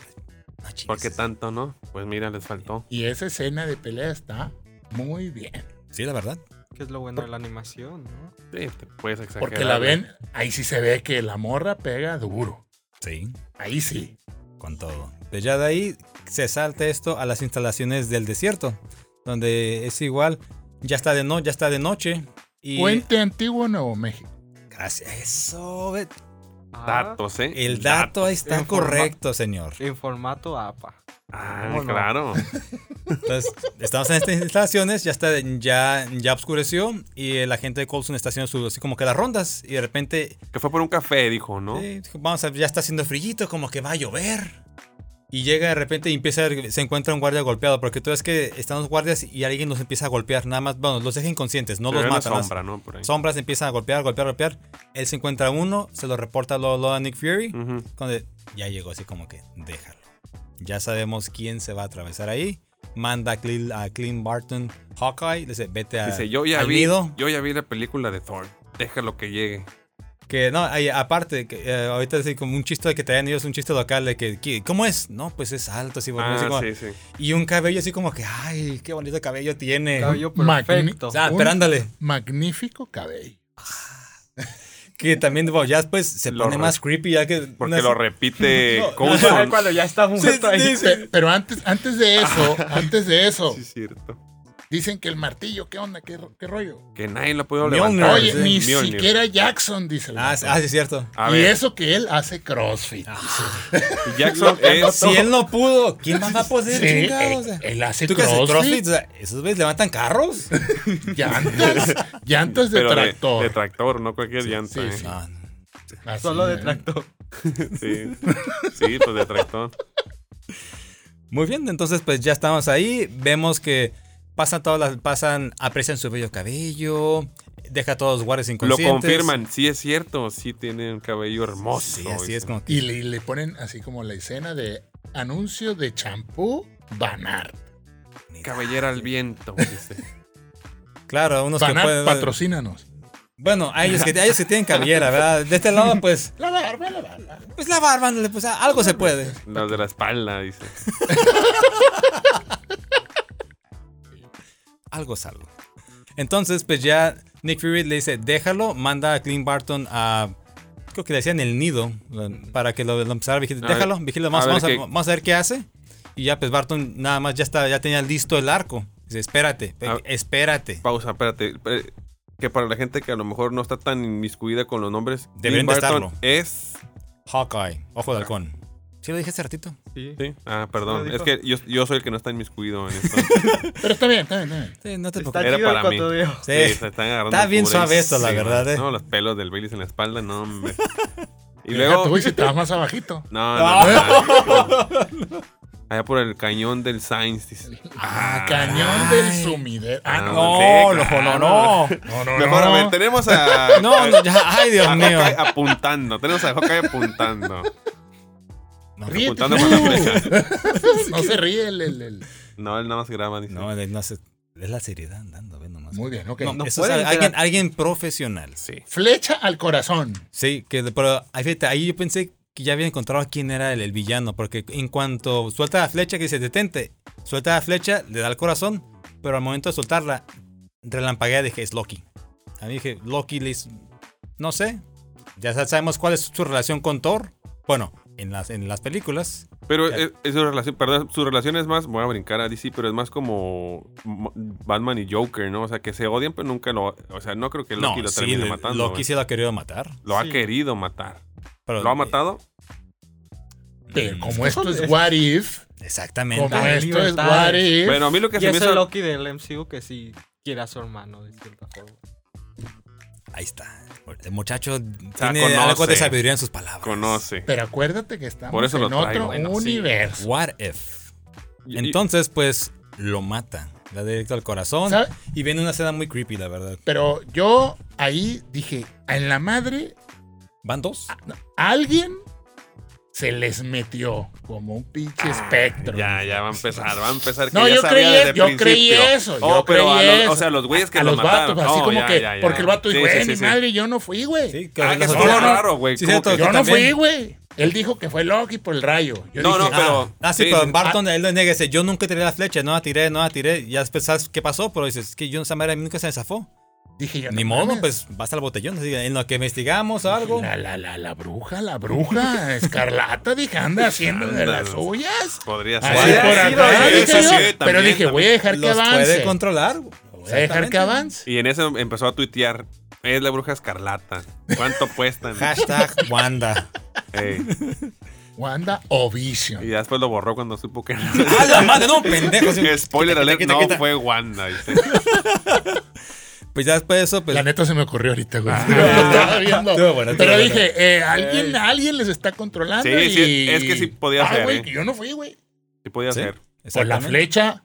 S2: no chingues.
S1: ¿Por qué tanto, no? Pues mira, les faltó.
S3: Y esa escena de pelea está muy bien.
S2: Sí, la verdad.
S4: Que es lo bueno de la animación, ¿no?
S1: Sí, te puedes exagerar. ¿eh?
S3: Porque la ven, ahí sí se ve que la morra pega duro.
S2: Sí.
S3: Ahí sí.
S2: con todo. Pues ya de ahí se salta esto a las instalaciones del desierto, donde es igual, ya está de, no, ya está de noche. Y
S3: Puente Antiguo Nuevo México.
S2: Gracias. Eso, ve-
S4: Ah,
S1: Datos, ¿eh?
S2: el dato ahí está
S4: Informa-
S2: correcto, señor.
S4: En formato APA.
S1: Ah,
S4: ¿Cómo no?
S1: claro.
S2: Entonces, estamos en estas instalaciones, ya está, ya, ya oscureció y el agente de Colson está haciendo su, así como que las rondas y de repente,
S1: Que fue por un café, dijo, ¿no?
S2: eh, vamos a, ya está haciendo frillito, como que va a llover. Y llega de repente y empieza a- se encuentra un guardia golpeado, porque tú ves que están los guardias y alguien los empieza a golpear, nada más, bueno, los deja inconscientes, no
S1: Pero
S2: los
S1: era una
S2: mata. nada más.
S1: sombra, ¿no? Por ahí.
S2: Sombras empiezan a golpear, golpear, golpear. Él se encuentra uno, se lo reporta luego, luego a Nick Fury.
S1: Ujú.
S2: Cuando ya llegó así como que, déjalo. Ya sabemos quién se va a atravesar ahí. Manda a Clint, a Clint Barton Hawkeye. Le dice, vete a,
S1: Dice, yo ya
S2: Ah, al
S1: vi.
S2: nido".
S1: Yo ya vi la película de Thor. Déjalo que llegue.
S2: Que no, ay, aparte, que, eh, ahorita es como un chiste que traían ellos, un chiste local de que, que, ¿cómo es? No, pues es alto, así, bueno,
S1: Ah,
S2: así como-
S1: sí, sí.
S2: Y un cabello así como que, ay, qué bonito cabello tiene.
S4: Cabello
S3: Magni-
S4: perfecto.
S2: O sea, Eh,
S3: Un-
S2: pero ándale.
S3: Magnífico cabello.
S2: Que también, bueno, ya después se
S1: Lo
S2: pone
S1: re-
S2: más creepy, ya que.
S1: Porque
S2: no-
S1: lo repite
S2: No,
S4: <laughs>
S1: Coulson.
S4: Cuando ya está
S2: Sí,
S4: muerto ahí.
S2: sí,
S1: <laughs>
S2: sí.
S3: Pe- Pero antes, antes de eso, antes de eso,
S1: Sí, es cierto.
S3: Dicen que el martillo, ¿qué onda? ¿Qué, ro- qué rollo?
S1: Que nadie lo ha podido
S2: Mjolnir.
S1: levantar. ¿eh?
S3: Oye,
S2: sí.
S3: ni
S1: Mjolnir.
S3: siquiera Jackson, dice el
S2: Ah,
S3: vato.
S2: sí, ah, sí, es
S1: <laughs>
S2: cierto.
S1: A
S3: Y
S1: ver,
S3: eso que él hace crossfit.
S1: Jackson
S3: lo-
S2: <laughs>
S1: es.
S2: Si él no pudo, ¿quién más va a
S3: Sí,
S2: poder,
S3: él,
S2: chingados? O sea,
S3: él hace
S2: ¿Tú qué haces?
S3: crossfit,
S2: ¿Crossfit? O sea, ¿Esos güeyes levantan
S3: <laughs>
S2: carros?
S3: llantas, llantas de
S1: pero
S3: tractor.
S1: De, tractor, no cualquier llanta.
S3: sí,
S1: ¿eh?
S3: sí.
S2: No, no.
S3: Así,
S4: Solo de
S3: ¿eh?
S4: tractor.
S2: <laughs>
S1: Sí, sí, pues de tractor.
S2: Muy bien, entonces pues ya estamos ahí. Vemos que pasan todas las. pasan, aprecian su bello cabello, deja a todos los guardias
S1: Lo
S2: inconscientes.
S1: confirman, sí es cierto, sí tiene un cabello hermoso.
S2: Oh, Sí, así es como que.
S3: Y le, le ponen así como la escena de anuncio de champú Banar.
S1: Cabellera al viento.
S2: <laughs>
S1: dice.
S2: Claro, unos Pues que
S3: Banar,
S2: pueden.
S3: patrocínanos.
S2: Bueno, a ellos, que, a ellos que tienen cabellera, ¿verdad? De este lado, pues.
S3: La barba, la barba.
S2: Pues la barba, ándale, pues a- algo se puede.
S1: Los de la espalda, dice.
S2: Algo es algo. Entonces, pues ya Nick Fury le dice, déjalo, manda a Clint Barton a. Creo que le decían el nido, lo- para que lo, lo empezara a vigilar.
S1: A ver,
S2: Déjalo, vigílalo más,
S1: a ver
S2: vamos, a,
S1: qué-
S2: vamos a ver qué hace. Y ya, pues Barton nada más ya, está, ya tenía listo el arco. Dice, espérate, pe-
S1: A-
S2: espérate.
S1: Pausa, espérate. eh, Que para la gente que a lo mejor no está tan inmiscuida con los nombres,
S2: Deberían
S1: Clint
S2: de
S1: Barton
S2: estarlo.
S1: es.
S2: Hawkeye, ojo de halcón. Sí lo dije hace ratito.
S4: Sí.
S1: Sí, ah,
S4: Lo
S1: perdón.
S4: dijo.
S1: Es que yo, yo soy el que no está inmiscuido en
S2: <laughs>
S1: esto.
S3: Pero está bien, está bien, está bien.
S2: Sí, no te
S4: Está
S2: preocupes.
S1: Era
S4: chido el
S1: para mí.
S4: cotorreo.
S1: Sí,
S2: Sí.
S1: se están agarrando.
S2: Está bien
S1: cura y-
S2: suave esto, la verdad, eh.
S1: No, los pelos del Bailey en la espalda, no,
S2: <laughs>
S1: hombre. Y
S3: Deja
S1: luego.
S3: tú, güey, si estabas más abajito.
S1: <laughs> No, no, no,
S2: <laughs>
S1: no. Allá por el cañón del Sainz, dice.
S3: Ah, cañón del sumidero. Ah, no.
S2: No, no, no, no.
S3: No, no,
S1: Mejor, a
S3: no.
S1: ver, tenemos <laughs> a.
S2: No, no, ya, ay,
S1: a <laughs>
S2: Dios mío.
S1: Hawkeye apuntando. Tenemos a Hawkeye apuntando.
S3: Ríete
S1: apuntando
S3: tú.
S1: con la
S3: <laughs> no se ríe el, el- el-
S1: No, él nada más graba, dice.
S2: No, no sé. Es la seriedad andando, ve nomás.
S3: Muy bien, ok.
S2: No,
S4: No
S2: eso es
S4: pueden
S2: al- alguien,
S4: interactuar.
S2: alguien profesional.
S1: Sí.
S3: Flecha al corazón.
S2: Sí, que, de- pero ahí, fíjate, ahí yo pensé que ya había encontrado a quién era el, el villano, porque en cuanto suelta la flecha que dice detente, suelta la flecha, le da el corazón, pero al momento de soltarla, relampaguea, dije, es Loki. A mí dije, Loki le hizo- no sé, ya sa- sabemos cuál es su relación con Thor. Bueno, en las, en las películas.
S1: Pero
S2: Ya.
S1: es, es su relación, perdón, su relación es más, voy a brincar a DC, pero es más como Mo- Batman y Joker, ¿no? O sea, que se odian, pero nunca lo. O sea, no creo que Loki
S2: no,
S1: lo
S2: sí,
S1: termine
S2: le-
S1: matando.
S2: Loki
S1: güey.
S2: sí lo ha querido matar.
S1: Lo ha
S4: Sí.
S1: querido matar.
S2: Pero,
S1: ¿Lo ha matado?
S3: Pero
S2: Mm,
S3: como esto
S4: son-
S3: es what if,
S2: Exactamente.
S3: como
S4: Hay
S3: esto es
S4: libertades.
S3: what if,
S1: Bueno, a mí lo que
S4: Y
S1: se me
S4: es el
S1: hizo.
S4: Loki del MCU que sí quiere a su hermano, de cierta forma.
S2: Ahí está. El muchacho
S1: sea,
S2: tiene
S1: conoce.
S2: algo de sabiduría en sus palabras.
S1: Conoce.
S3: pero acuérdate que estamos
S1: Por eso lo
S3: en
S1: traigo.
S3: otro
S1: Bueno, sí.
S3: universo.
S2: What if?
S1: Y-
S2: Entonces, pues, lo mata. Le da directo al corazón.
S3: ¿Sabe?
S2: Y viene una escena muy creepy, la verdad.
S3: Pero yo ahí dije, en la madre,
S2: ¿Van dos?
S3: Ah, alguien se les metió como un pinche espectro.
S1: Ah, Ya, ya va a empezar, va a empezar. Que
S3: No,
S1: ya
S3: yo
S1: sabía
S3: creí-
S1: desde el
S3: yo
S1: principio.
S3: creí eso,
S1: Oh,
S3: yo
S1: pero a
S3: creí
S1: los-
S3: eso.
S1: O sea, los güeyes que
S3: a
S1: lo
S3: los
S1: mataron.
S3: vatos, así
S1: Oh,
S3: como
S1: ya,
S3: que,
S1: ya, ya.
S3: porque el vato dijo,
S1: Sí, sí,
S3: eh,
S1: sí,
S3: mi
S1: sí.
S3: madre, yo no fui, güey.
S2: que
S1: Ah,
S2: los
S1: que
S2: otros-
S1: estuvo
S3: no, no.
S1: raro, güey.
S2: Sí,
S1: ¿Cómo
S2: cierto,
S1: que-
S2: que
S3: Yo no
S2: también-
S3: fui, güey. Él dijo que fue Loki por el rayo. Yo
S1: No,
S3: dije,
S1: no, pero-
S2: Ah, sí,
S1: sí,
S2: pero
S1: sí.
S2: Barton, él lo niega. Dice, yo nunca tiré la flecha. No la tiré, no la tiré. Ya después sabes qué pasó, pero dices, es que yo esa madre a mí nunca se me zafó.
S3: ah, dije yo.
S2: Ni
S3: no
S2: modo,
S3: mames.
S2: pues, vas al botellón. así, en lo que investigamos o algo.
S3: La, la, la, la bruja, la bruja <laughs> escarlata, dije, anda haciendo de las suyas.
S1: Podría ser.
S3: Así
S4: sí,
S3: por
S4: sí,
S3: acá,
S4: sí,
S3: dije
S1: Eso
S3: yo.
S1: sí,
S3: pero
S1: también,
S3: dije, voy a dejar que
S2: Los puede
S3: avance.
S2: controlar.
S3: Voy a dejar que avance.
S1: Y en eso empezó a tuitear. Es la bruja escarlata. ¿Cuánto cuestan?
S2: Hashtag Wanda.
S1: Ey.
S3: Wanda
S1: Y
S3: Ovision.
S1: ya después lo borró cuando supo que
S2: <laughs> ¡A Ah, la madre! No, pendejo. sí.
S1: Spoiler alert,
S2: quita,
S1: no
S2: quita.
S1: fue Wanda. dice.
S2: Pues ya después de eso, pues.
S3: La neta se me ocurrió ahorita, güey.
S1: Ah,
S3: <laughs> Estaba viendo.
S2: Estuvo bueno, estuvo
S3: pero
S2: bueno.
S3: dije, eh, alguien, alguien les está controlando.
S1: Sí, sí,
S3: y-
S1: es que sí podía
S3: Ah,
S1: ser,
S3: güey,
S1: ¿eh?
S3: que yo no fui, güey.
S1: Sí podía
S2: Sí.
S1: ser.
S3: Por la
S2: Exactamente.
S3: flecha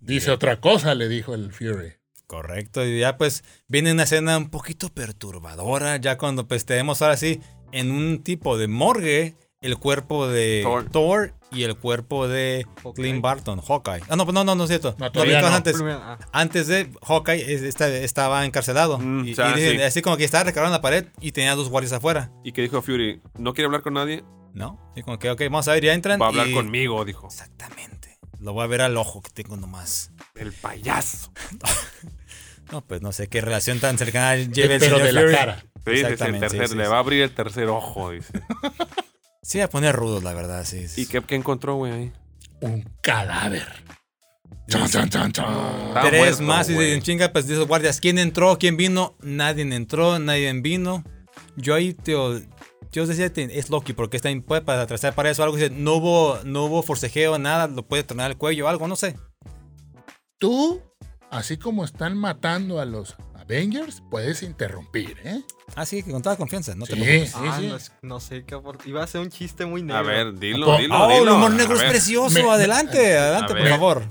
S3: dice otra cosa, le dijo el Fury.
S2: Correcto, y ya pues viene una escena un poquito perturbadora, ya cuando pues tenemos ahora sí en un tipo de morgue el cuerpo de
S1: Thor.
S2: Thor, y el cuerpo de
S4: Hawkeye.
S2: Clint Barton, Hawkeye. Ah, no, no, no, no es cierto.
S3: No,
S2: No,
S3: todavía
S2: porque
S3: no.
S2: Antes,
S4: Primero, ah,
S2: antes de Hawkeye es- esta- estaba encarcelado.
S1: Mm,
S2: y,
S1: o sea,
S2: y dicen,
S1: sí.
S2: así como que estaba recargado en la pared y tenía dos guardias afuera.
S1: Y que dijo Fury, no quiere hablar con nadie,
S2: ¿No? Y como que, ok, vamos a ver, ya entran.
S1: va a hablar
S2: y-
S1: conmigo, dijo.
S2: Exactamente. Lo voy a ver al ojo que tengo nomás.
S1: El payaso.
S2: No, pues no sé qué relación tan cercana lleve el
S3: pero
S2: señor
S3: de la
S2: Fury.
S3: cara.
S1: Sí, dice, el
S2: Exactamente, sí,
S1: tercer,
S2: sí,
S1: le
S2: sí.
S1: va a abrir el tercer ojo, dice.
S2: Sí, a poner rudos, la verdad, sí.
S1: ¿Y qué, qué encontró, güey, ahí?
S3: Un cadáver. Chan, chan, chan, chan.
S1: Está
S2: Tres
S1: muerto,
S2: más y
S1: güey.
S2: dicen chinga, pues de esos guardias, ¿quién entró? ¿Quién vino? Nadie entró, nadie vino. Yo ahí, tío, yo decía, te- es Loki, porque está impuesto para atrasar para eso o algo. Dice, no hubo, no hubo forcejeo, nada, lo puede tornar el cuello o algo, no sé.
S3: Tú, así como están matando a los Avengers, puedes interrumpir, ¿eh?
S2: Así que con toda confianza, no te
S3: Sí,
S2: preocupes.
S3: sí,
S4: Ah,
S3: sí.
S4: No, es- no sé qué aport- Iba a ser un chiste muy negro.
S1: A ver, dilo,
S3: Oh,
S1: dilo.
S2: Oh, el
S1: dilo.
S2: humor
S1: A
S2: negro es
S1: ver.
S2: precioso,
S3: Me- me-
S2: adelante, adelante, por
S1: ver. <laughs>
S2: favor.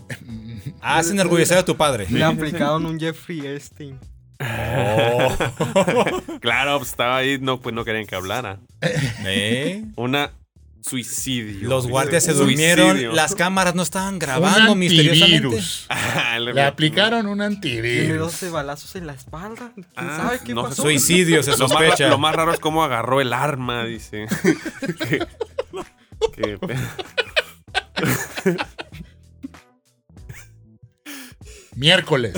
S2: Haz enorgullecer a tu padre.
S4: Le aplicaron un Jeffrey Epstein.
S2: Oh.
S1: Claro, pues, estaba ahí, no, pues no querían que hablara.
S2: <laughs> ¿Eh?
S1: Una suicidio.
S2: Los
S1: Dice,
S2: guardias se
S1: suicidio. <laughs>
S2: durmieron, las cámaras no estaban
S3: Un
S2: grabando misteriosamente.
S3: antivirus. Ah,
S1: Ah, Le-
S3: Le aplicaron un
S4: Tiene
S3: antivirus.
S4: 12 balazos en la espalda. ¿Quién
S1: Ah,
S4: sabe qué
S1: no,
S4: pasó?
S2: Suicidio se
S1: Lo más,
S2: sospecha.
S1: lo más raro es cómo agarró el arma, dice. <laughs> Que- que-
S2: <laughs>
S3: Miércoles.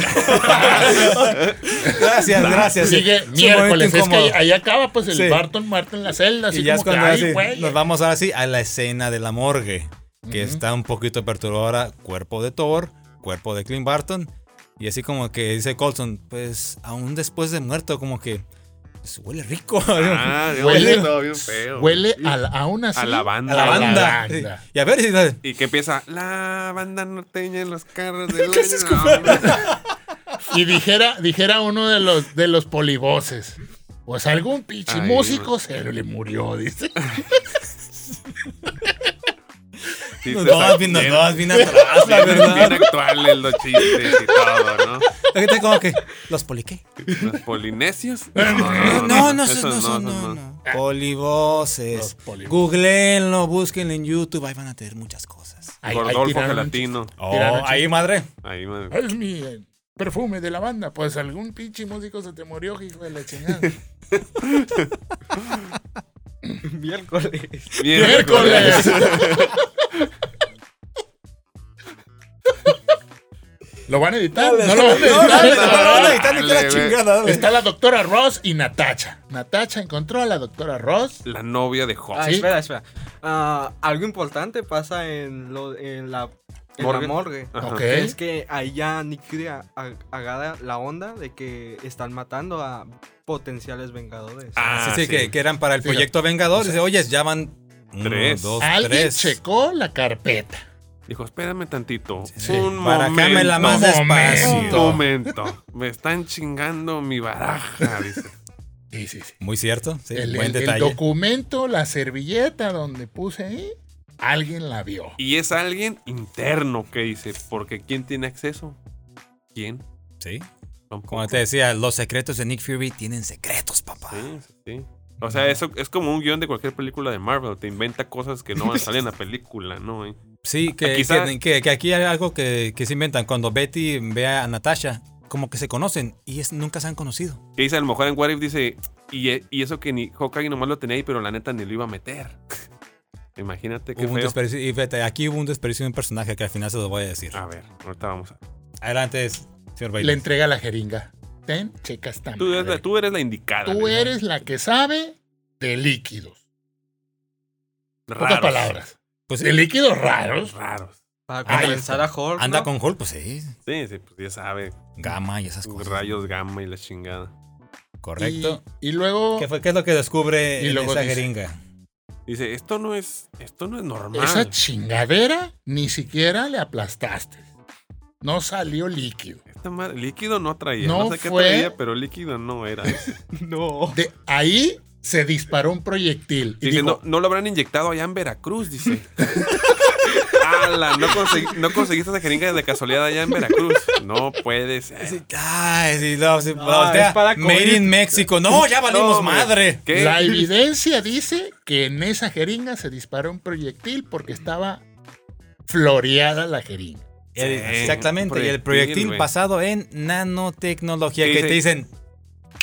S2: Gracias, gracias.
S3: Sigue
S2: Es un
S3: miércoles.
S2: momento
S3: Es que ahí,
S2: incómodo.
S3: ahí acaba pues el
S2: Sí.
S3: Barton Martin en la celda. Así
S2: y ya es
S3: como que,
S2: cuando
S3: ay,
S2: así,
S3: güey.
S2: nos vamos ahora sí a la escena de la morgue, que
S3: Ujú.
S2: está un poquito perturbadora. Cuerpo de Thor, cuerpo de Clint Barton. Y así como que dice Colson, pues aún después de muerto, como que pues, huele rico. <laughs>
S1: Ah,
S3: Huele-
S1: huele todo bien feo.
S3: Huele a la, aún así.
S1: A la banda.
S2: a la
S1: a la
S2: banda.
S3: banda.
S2: Y a ver si...
S1: Y que empieza la banda norteña en los carros
S2: <laughs>
S1: de
S2: ¿Qué se
S1: leña".
S3: Y dijera, dijera uno de los, de los polivoces. Pues algún pinche
S1: Ay,
S3: músico se le murió, dice.
S1: Sí,
S2: Nos
S1: se
S2: vamos
S1: está-
S2: bien, nos
S1: bien-
S2: vamos bien atrás, la
S1: bien-
S2: verdad.
S1: bien actuales los chistes y todo, ¿no?
S2: La gente como que, ¿los poliqué?
S1: Los
S2: <laughs>
S1: polinesios.
S2: No, no, no, esos
S1: esos
S2: no, esos
S1: esos
S2: no,
S1: no.
S2: no. Polivoces.
S3: Ah. Los polivoces.
S2: Googleenlo, búsquenlo en YouTube, ahí van a tener muchas cosas.
S3: Ahí- ahí
S1: Gordolfo
S3: tiraron-
S1: Gelatino.
S3: Tiraron
S2: Oh,
S3: chistes.
S2: ahí madre.
S1: Ahí,
S3: <laughs>
S1: madre.
S3: Es mi eh, perfume de la banda. Pues algún pinche músico se te murió, hijo de
S1: <laughs>
S3: la chingada.
S4: <laughs> Miércoles.
S3: Miércoles. <laughs> ¿Lo van a editar? No lo van
S2: No,
S3: a editar.
S2: no, no, no, no, está ni que la
S1: Dale, güey.
S2: chingada, dale.
S3: <laughs> Está la doctora Ross y Natacha. Natacha encontró a la doctora Ross.
S1: La novia de Hulk.
S4: Ah,
S3: ¿Sí?
S4: espera, espera. Ah, algo importante pasa en, lo, en, la, en
S1: Morgue.
S4: la morgue.
S1: Ajá.
S3: Ah, Ok.
S4: Es que ahí ya Nick Fury a- a- agarra la onda de que están matando a potenciales vengadores.
S1: Ah,
S2: sí, sí, Que, que eran para el
S3: Fíjate.
S2: proyecto Vengador. Dice, oye, ya van uno,
S1: Tres.
S2: dos,
S3: Alguien
S2: tres.
S3: checó la carpeta.
S1: Dijo, espérame tantito.
S3: Sí.
S1: Un
S2: Para acá me la más
S1: momento. Un
S2: despacio.
S3: Momento.
S1: momento. Me están chingando mi baraja, dice.
S3: Sí, sí, sí.
S2: Muy cierto, sí,
S3: el,
S2: Este, buen
S3: el- el
S2: detalle.
S3: documento, la servilleta donde puse ahí, alguien la vio.
S1: Y es alguien interno que dice, porque ¿quién tiene acceso? ¿Quién?
S2: sí.
S1: Tampoco.
S2: Como te decía, los secretos de Nick Fury tienen secretos, papá.
S1: Sí, sí, sí. Ah. O sea, eso es como un guión de cualquier película de Marvel. Te inventa cosas que no van a salir en la película, ¿no? Eh, Y-
S2: Sí, que,
S1: Quizá-
S2: que, que- que aquí hay algo que, que se inventan. Cuando Betty ve a Natasha, como que se conocen y es, nunca se han conocido.
S1: Que dice, a lo mejor en What If dice, y, e- y eso que ni Hawkeye nomás lo tenía ahí, pero la neta ni lo iba a meter. <laughs> Imagínate qué
S2: Hubo un
S1: feo.
S2: desperdicio- y fíjate, aquí hubo un desperdicio de un personaje que al final se los voy a decir.
S1: A ver, ahorita vamos a...
S2: Adelante, señor
S3: Le
S2: Bailey.
S3: entrega la jeringa. Ten, checa esta
S1: Tú eres,
S3: madre.
S1: la, tú eres la indicada.
S3: Tú
S1: ¿no?
S3: eres la que sabe de líquidos. Pocas
S1: Raros.
S3: palabras.
S2: Pues sí,
S3: De líquidos raros.
S1: Raros.
S4: Para
S3: ahí
S4: compensar a Hulk.
S2: anda
S4: ¿no? <laughs>
S2: con Hulk, pues sí.
S1: Sí, sí, pues ya sabe.
S2: Gama y esas cosas.
S1: Rayos gamma y la chingada.
S2: Correcto.
S3: Y, y luego,
S2: ¿Qué, fue, ¿Qué es lo que descubre
S3: Y
S2: en
S3: luego
S2: esa
S3: dice-
S2: jeringa?
S1: Dice, esto no es, esto no es normal.
S3: esa chingadera ni siquiera le aplastaste. No salió líquido.
S1: Esta madre- líquido no traía.
S3: No
S1: No, sé qué
S3: fue-
S1: traía, pero líquido no era. Dice, Oh.
S4: No.
S3: De ahí se disparó un proyectil. Y
S1: no,
S3: digo,
S1: no lo habrán inyectado allá en Veracruz,
S2: <laughs>
S1: dice. Ala, no, consegui- no conseguiste esa jeringa de casualidad allá en Veracruz. No puede ser.
S2: Sí, Ay, sí, no, sí,
S4: No,
S2: voltea.
S4: es para
S2: Made
S4: COVID.
S2: in México. No, ya valimos
S1: No, hombre.
S2: madre.
S1: ¿Qué?
S3: la evidencia dice que en esa jeringa se disparó un proyectil porque estaba floreada la jeringa.
S2: El-
S1: Sí,
S2: exactamente.
S1: un
S2: y el proyectil
S1: proyectil, güey.
S2: basado en nanotecnología.
S1: Sí,
S2: Que
S1: sí.
S2: te dicen,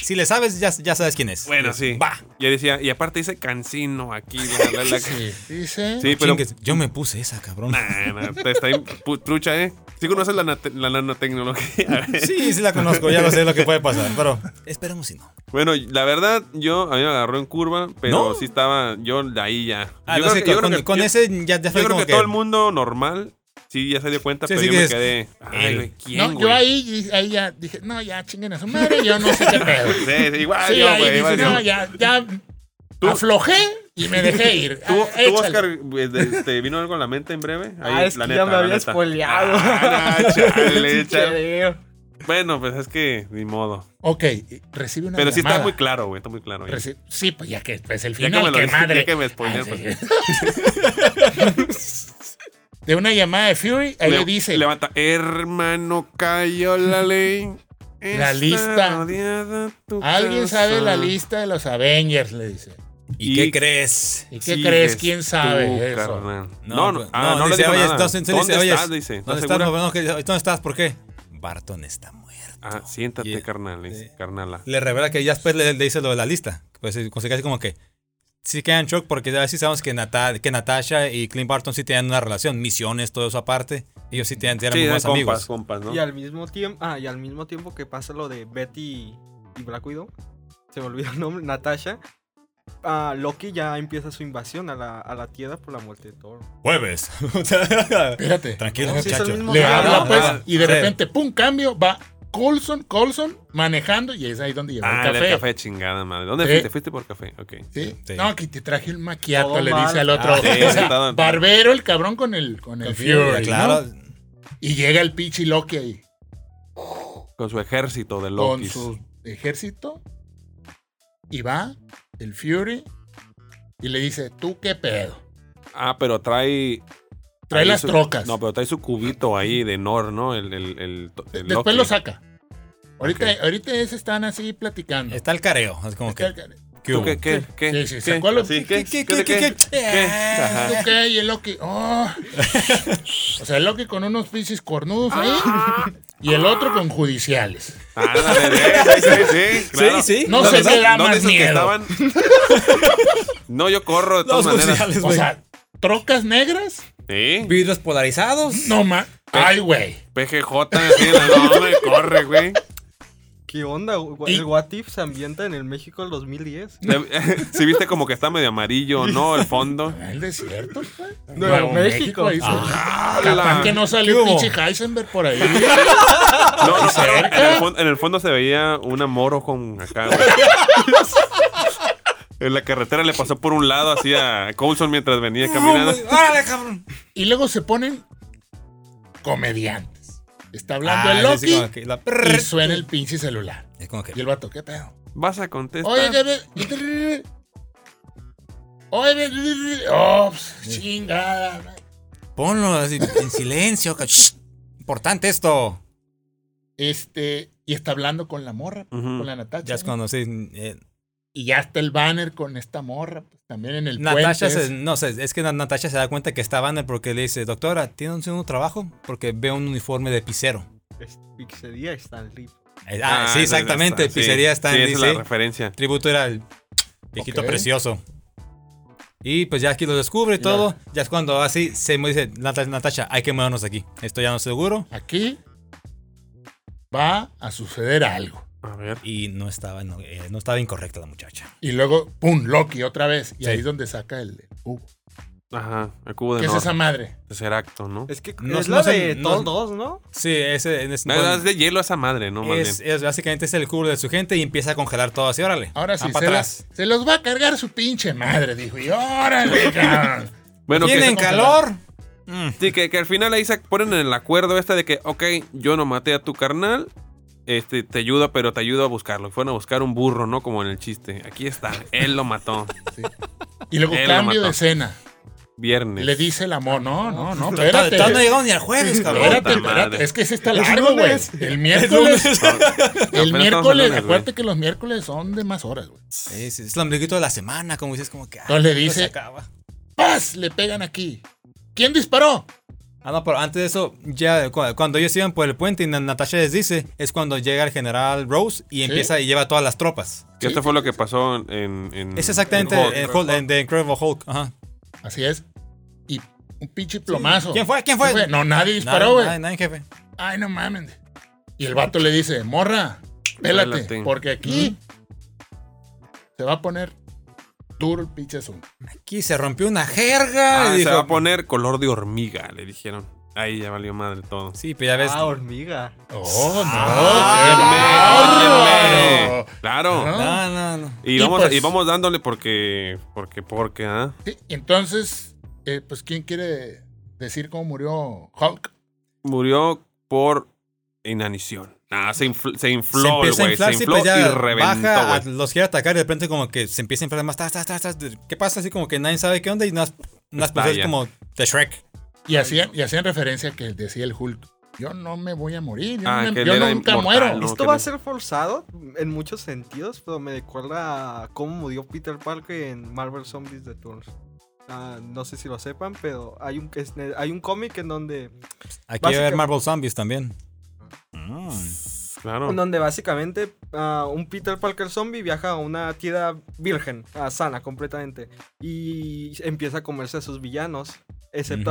S2: si le sabes, ya, ya sabes quién es.
S1: Bueno, sí.
S2: Va.
S1: Ya decía, y aparte dice cancino aquí. la- la- la-
S2: <laughs>
S1: sí,
S3: Sí, dice.
S1: pero.
S2: Chingues, yo me puse esa, cabrón.
S1: Nah, nah, te está bien pu- trucha, ¿eh? Sí conoces la, nate- la nanotecnología. <laughs>
S2: Sí, sí la conozco, ya lo sé lo que puede pasar, pero esperemos si no.
S1: Bueno, la verdad, yo a mí me agarró en curva, pero
S2: ¿No?
S1: sí estaba yo de ahí ya.
S2: Ah,
S1: yo
S2: no, sí,
S1: creo que- yo
S2: con,
S1: creo que-
S2: con
S1: yo-
S2: ese ya,
S1: yo
S2: ya fue
S1: creo
S2: como
S1: que
S2: que,
S1: todo el mundo normal sí ya se dio cuenta,
S2: Sí,
S1: pero
S2: sí
S1: yo me
S2: dices,
S1: quedé. Ay,
S2: "Ey".
S1: güey, ¿quién,
S3: No,
S1: güey?
S3: yo ahí, ahí ya dije, no, ya chinguen a su madre, yo no sé
S1: <laughs>
S3: qué pedo.
S1: Sí, sí, igual
S3: Sí,
S1: Ah, yo,
S3: ahí
S1: güey.
S3: dices,
S1: igual yo.
S3: no, ya, ya aflojé y me dejé ir.
S1: <laughs> ¿Tú,
S3: Ah,
S1: tú,
S3: échale.
S1: Oscar, eh, de- ¿te vino algo a la mente en breve?
S4: Ah, es
S1: la
S4: que ya me
S1: la
S4: había
S1: neta.
S4: spoileado.
S3: <laughs>
S1: Ah, chale, chale.
S4: Creo.
S1: Bueno, pues es que ni modo.
S3: Ok, recibe una
S1: Pero sí está
S3: llamada.
S1: muy claro, güey. Está muy claro. ya.
S3: Reci- Sí, pues ya que es el
S1: Ya
S3: final,
S1: que me lo
S3: qué
S1: dijiste,
S3: madre.
S1: ya que me spoileé,
S3: Ah, sí.
S1: pues.
S3: <laughs> De una llamada de Fury, ahí le
S1: Le-
S3: dice,
S1: Levanta. Hermano, cayó la ley.
S3: <laughs> La
S1: Está
S3: lista.
S1: rodeada tu
S3: alguien
S1: casa".
S3: sabe la lista de los Avengers, le dice.
S2: ¿Y,
S1: Y-
S2: qué crees?
S3: ¿Y qué
S1: Sigues
S3: crees? ¿Quién
S1: tú,
S3: sabe eso?
S1: carnal.
S2: No,
S1: No, no,
S2: pues,
S1: ah,
S2: no,
S1: no le
S2: dice,
S1: digo
S2: "Oye,
S1: nada.
S2: entonces, dice,
S1: ¿Dónde
S2: "Oye,
S1: estás?", dice. ¿Estás
S2: ¿Dónde estás?
S1: segura?
S2: No, no, que- ¿Dónde estás? ¿Por qué? Barton está muerto.
S1: Ah, siéntate,
S2: Yeah.
S1: carnal, le dice,
S2: Sí.
S1: carnala.
S2: Le revela que Jasper le, le dice lo de la lista. Pues eh, como se queda así como que sí quedan en shock porque ya sí sabemos que, Nata- que Natasha y Clint Barton sí tenían una relación, misiones, todo eso aparte. Ellos sí tenían, eran
S1: Sí,
S2: muy
S1: eran
S2: buenos
S1: compas,
S2: amigos.
S1: compas, ¿no?
S4: Y al mismo tiempo, ah, y al mismo tiempo que pasa lo de Betty y Black Widow, se me olvidó el nombre, Natasha. ah, Loki ya empieza su invasión a la, a la tierra por la muerte de Thor.
S3: <laughs>
S2: Jueves. O <laughs> sea,
S3: Espérate.
S2: Tranquilo,
S4: No, sí, es el
S2: muchachos.
S4: mismo
S3: Le
S4: Ah,
S3: habla
S4: no,
S3: pues
S1: ah,
S3: y de
S2: sí.
S3: repente, pum, cambio, va Colson, Colson manejando y es ahí donde lleva
S1: Ah,
S3: el café.
S1: café, chingada madre. ¿Dónde
S3: Sí.
S1: fuiste? Fuiste por café, ok.
S3: ¿Sí?
S2: Sí.
S3: No, aquí te traje el maquiato,
S4: Todo
S3: le
S4: mal.
S3: dice al otro.
S2: Ah,
S1: sí,
S3: O sea,
S1: todo-
S3: barbero el cabrón con el, con el Fury. ¿no?
S2: claro.
S3: Y llega el pinche Loki ahí.
S1: Con su ejército de Lokis.
S3: Con su ejército. Y va el Fury. Y le dice, ¿tú qué pedo?
S1: Ah, pero trae.
S3: Trae
S1: ahí
S3: las
S1: su-
S3: trocas.
S1: No, pero trae su cubito ahí de Nor, ¿no? El, el, el,
S2: eh,
S1: el
S3: Después
S1: Loki.
S3: lo saca. Ahorita,
S1: Ok.
S3: ahorita es- están así platicando.
S2: Está el careo. Es como que.
S3: Está el-
S2: ¿qué
S1: ¿Tú
S2: hubo?
S1: qué, qué,
S3: Sí.
S1: qué?
S3: Sí, sí,
S1: ¿Qué?
S3: sacó lo-
S1: ¿Sí? ¿Qué?
S2: ¿Qué, qué,
S1: ¿Qué de
S2: qué,
S1: qué?
S2: qué?
S1: ¿Qué? Ajá.
S3: ¿Tú qué? Y el Loki,
S2: <laughs>
S3: oh. O sea, el Loki con unos pinches cornudos ahí. Y el otro con judiciales.
S1: Ah,
S3: <laughs>
S1: dale, sí, sí, sí, claro.
S2: Sí, sí.
S3: No sé
S2: ¿verdad?
S3: qué da
S1: ¿No
S3: más
S1: dices que
S3: miedo.
S1: estaban? No, yo corro de todas
S2: Los
S1: maneras.
S2: sociales,
S3: O
S2: güey.
S3: sea, trocas negras.
S1: Sí,
S2: Vidrios polarizados.
S3: No más. Ay, güey.
S1: PGJ, así, no me corre,
S3: <laughs>
S1: güey.
S4: ¿Qué onda? Gua-
S3: Y-
S4: El What If se ambienta en el México del 2010.
S1: <laughs> Si viste como que está medio amarillo, ¿no? El fondo.
S3: El desierto, pues.
S4: Nuevo México.
S3: ahí se-
S1: la-
S3: Capaz que no salió
S2: ¿Qué hubo?
S3: pinche Heisenberg por ahí.
S1: No, no, en, el fon- en el fondo se veía una moro con acá,
S2: <laughs>
S1: güey. En la carretera le pasó por un lado así a Coulson mientras venía caminando.
S2: güey, órale, cabrón.
S3: Y luego se ponen comediantes. Está hablando
S2: Ah,
S3: el
S2: sí,
S3: Loki
S2: sí, como que la prrr.
S3: y suena el pinche celular.
S2: Es como
S3: Y
S2: que.
S3: el vato, ¿qué pedo?
S1: Vas a contestar.
S3: Oye, ¿qué pedo? Oye, ¿qué pedo? oh, pues, chingada. madre.
S2: Ponlo así, en silencio. ca- shh. Importante esto.
S3: Este, y está hablando con la morra,
S1: Ujú.
S3: con la Natasha.
S2: Ya es cuando sí, eh,
S3: Y ya está el banner con esta morra, pues, también en el
S2: Natasha
S3: puente.
S2: se, no sé, es que Na- Natasha se da cuenta que está Banner porque le dice, doctora, ¿tiene un segundo trabajo? Porque veo un uniforme de pisero.
S4: Es- Pizzería Stan Lee.
S2: Eh, Ah, sí,
S1: esa-
S2: exactamente.
S1: esa- sí.
S2: Pizzería está
S1: Sí,
S2: en
S1: esa es la
S2: dice.
S1: referencia.
S2: Tributo era el viejito
S3: Ok.
S2: precioso. Y pues ya aquí lo descubre y
S3: Ya.
S2: todo. Ya es cuando así se me dice, "Nat- Natasha, hay que movernos de aquí. Esto ya no es seguro.
S3: Aquí va a suceder algo.
S1: A ver.
S2: Y no estaba, no, eh, no estaba incorrecta la muchacha.
S3: Y luego, ¡pum! Loki otra vez. Y
S2: Sí.
S3: ahí es donde saca el el cubo.
S1: Ajá. El cubo de
S3: ¿Qué es
S1: Nor.
S3: esa madre?
S1: Tercer acto, ¿no?
S4: Es que
S2: No-
S4: es
S2: no
S4: la
S2: sé,
S4: de
S2: no-
S4: todos dos, ¿no?
S2: Sí, ese, en ese-
S1: No,
S2: bueno,
S1: es de hielo a esa madre, ¿no? Más
S2: es,
S1: bien.
S2: es básicamente es el culo de su gente y empieza a congelar todo así, órale.
S3: Ahora sí,
S2: van para
S3: se, la-
S2: Ah, atrás.
S3: se los va a cargar su pinche madre, dijo. Y órale, cabrón.
S1: Bueno, que-
S2: ¿Tienen
S3: se congela.
S2: calor? Mm.
S1: Sí, que, que al final ahí se ponen en el acuerdo este de que, ok, yo no maté a tu carnal, este, te ayudo, pero te ayudo a buscarlo. Fueron a buscar un burro, ¿no? Como en el chiste. Aquí está, él lo
S3: <laughs>
S1: mató.
S3: Y luego
S1: Él lo
S3: cambio
S1: mató.
S3: de escena.
S1: Viernes.
S3: Le dice el amor. No, no, no,
S2: Todavía
S3: espérate.
S2: no llegamos ni al jueves, cabrón.
S3: Espérate,
S1: Puta
S3: espérate.
S1: madre.
S3: Es que ese está largo, güey. El miércoles.
S1: No,
S3: El
S1: apenas
S3: miércoles.
S1: estamos en lunes,
S3: Acuérdate que los miércoles son de más horas, güey.
S2: Es, es el ombliguito de la semana, como dices, como que. ah,
S3: Entonces le
S2: no se
S3: dice-
S2: acaba.
S3: ¡Paz! Le pegan aquí. ¿Quién disparó?
S2: Ah, no, pero antes de eso, ya cu- cuando ellos iban por el puente y Na- Natasha les dice, es cuando llega el general Rose y empieza y lleva a todas las tropas.
S1: Que esto fue lo que pasó en... en-
S2: Es exactamente
S1: en Mm. Hulk.
S2: el Hulk, en The Incredible Hulk. Ajá.
S3: Así es. Y un pinche plomazo.
S2: ¿Quién fue? ¿Quién fue?
S3: No, nadie
S2: Nadie-
S3: disparó, güey.
S2: nadie- nadie, jefe.
S3: Ay, no mames. Y el vato le dice, morra, pélate,
S1: Pélate.
S3: porque aquí se va a poner duro el pinche asunto.
S2: Aquí se rompió una jerga.
S1: Ah,
S2: y
S1: se
S2: dijo,
S1: va a poner color de hormiga, le dijeron. Ahí ya valió madre todo.
S2: Sí, pero ya ves.
S4: Ah, hormiga. Ah,
S3: Oh, no.
S2: Ah,
S1: Óyeme,
S3: qué
S1: óyeme.
S3: bárbaro.
S1: Claro.
S3: Ajá.
S2: no, no, no.
S1: Y,
S3: Y
S1: vamos,
S3: pues-
S1: y vamos dándole porque, porque, porque, ¿ah?
S3: Sí, entonces, eh, pues, ¿quién quiere decir cómo murió Hulk?
S1: Murió por inanición. Ah, se, infl- se
S2: se
S1: infló,
S2: empieza a
S1: güey. Se
S2: inflar, sí,
S1: infló
S2: pues
S1: y
S2: ya
S1: reventó,
S2: baja, a-
S1: güey.
S2: los quiere atacar y de repente como que se empieza a inflar más. tas, tas, tas, tas. ¿Qué pasa? Así como que nadie sabe qué onda y unas, unas
S1: Está
S2: personas
S1: ya.
S2: como de Shrek.
S3: Y hacían, y hacían referencia que decía el Hulk, yo no me voy a morir, yo,
S1: Ah,
S3: no me-
S1: que él
S3: yo
S1: era
S3: nunca
S1: inmortal,
S3: muero.
S1: ¿no?
S3: Es-
S1: que
S4: Esto va a ser forzado en muchos sentidos, pero me recuerda a cómo murió Peter Parker en Marvel Zombies The Turns. no sé si lo sepan, pero hay un, es- hay un cómic en donde
S2: Aquí va a haber
S4: Básica-
S2: Marvel Zombies también. Mm.
S1: Claro.
S4: donde básicamente ah, un Peter Parker zombie viaja a una tierra virgen, ah, sana completamente, y empieza a comerse a sus villanos, excepto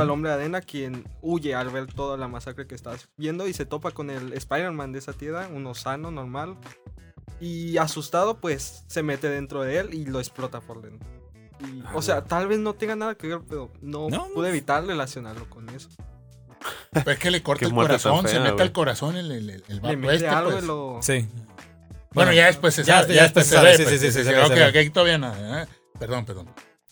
S2: Ujú.
S4: al hombre de arena, quien huye al ver toda la masacre que estás viendo y se topa con el Spider-Man de esa tierra, uno sano, normal, y asustado pues se mete dentro de él y lo explota por dentro. Y,
S1: Ah,
S4: o sea,
S1: bueno.
S4: tal vez no tenga nada que ver, pero no,
S2: No, no.
S4: pude evitar relacionarlo con eso.
S3: Pero <laughs> es que le corta
S1: Qué
S3: el
S1: muerte tan
S3: corazón, se
S1: fea,
S3: mete
S1: güey.
S3: al corazón el, el, el, el
S4: Le
S3: vato
S4: mete
S3: este,
S4: algo
S3: pues.
S4: y lo...
S2: Sí.
S3: Bueno, ya después se
S2: ya-
S3: sabe.
S2: ya
S3: Ya
S2: después sabe,
S3: después se sabe.
S2: sí,
S3: pues,
S2: sí, sí,
S3: se
S2: se
S3: sabe,
S2: sabe, se
S3: Ok,
S2: sabe.
S3: aquí todavía nada. ¿eh? Perdón, perdón.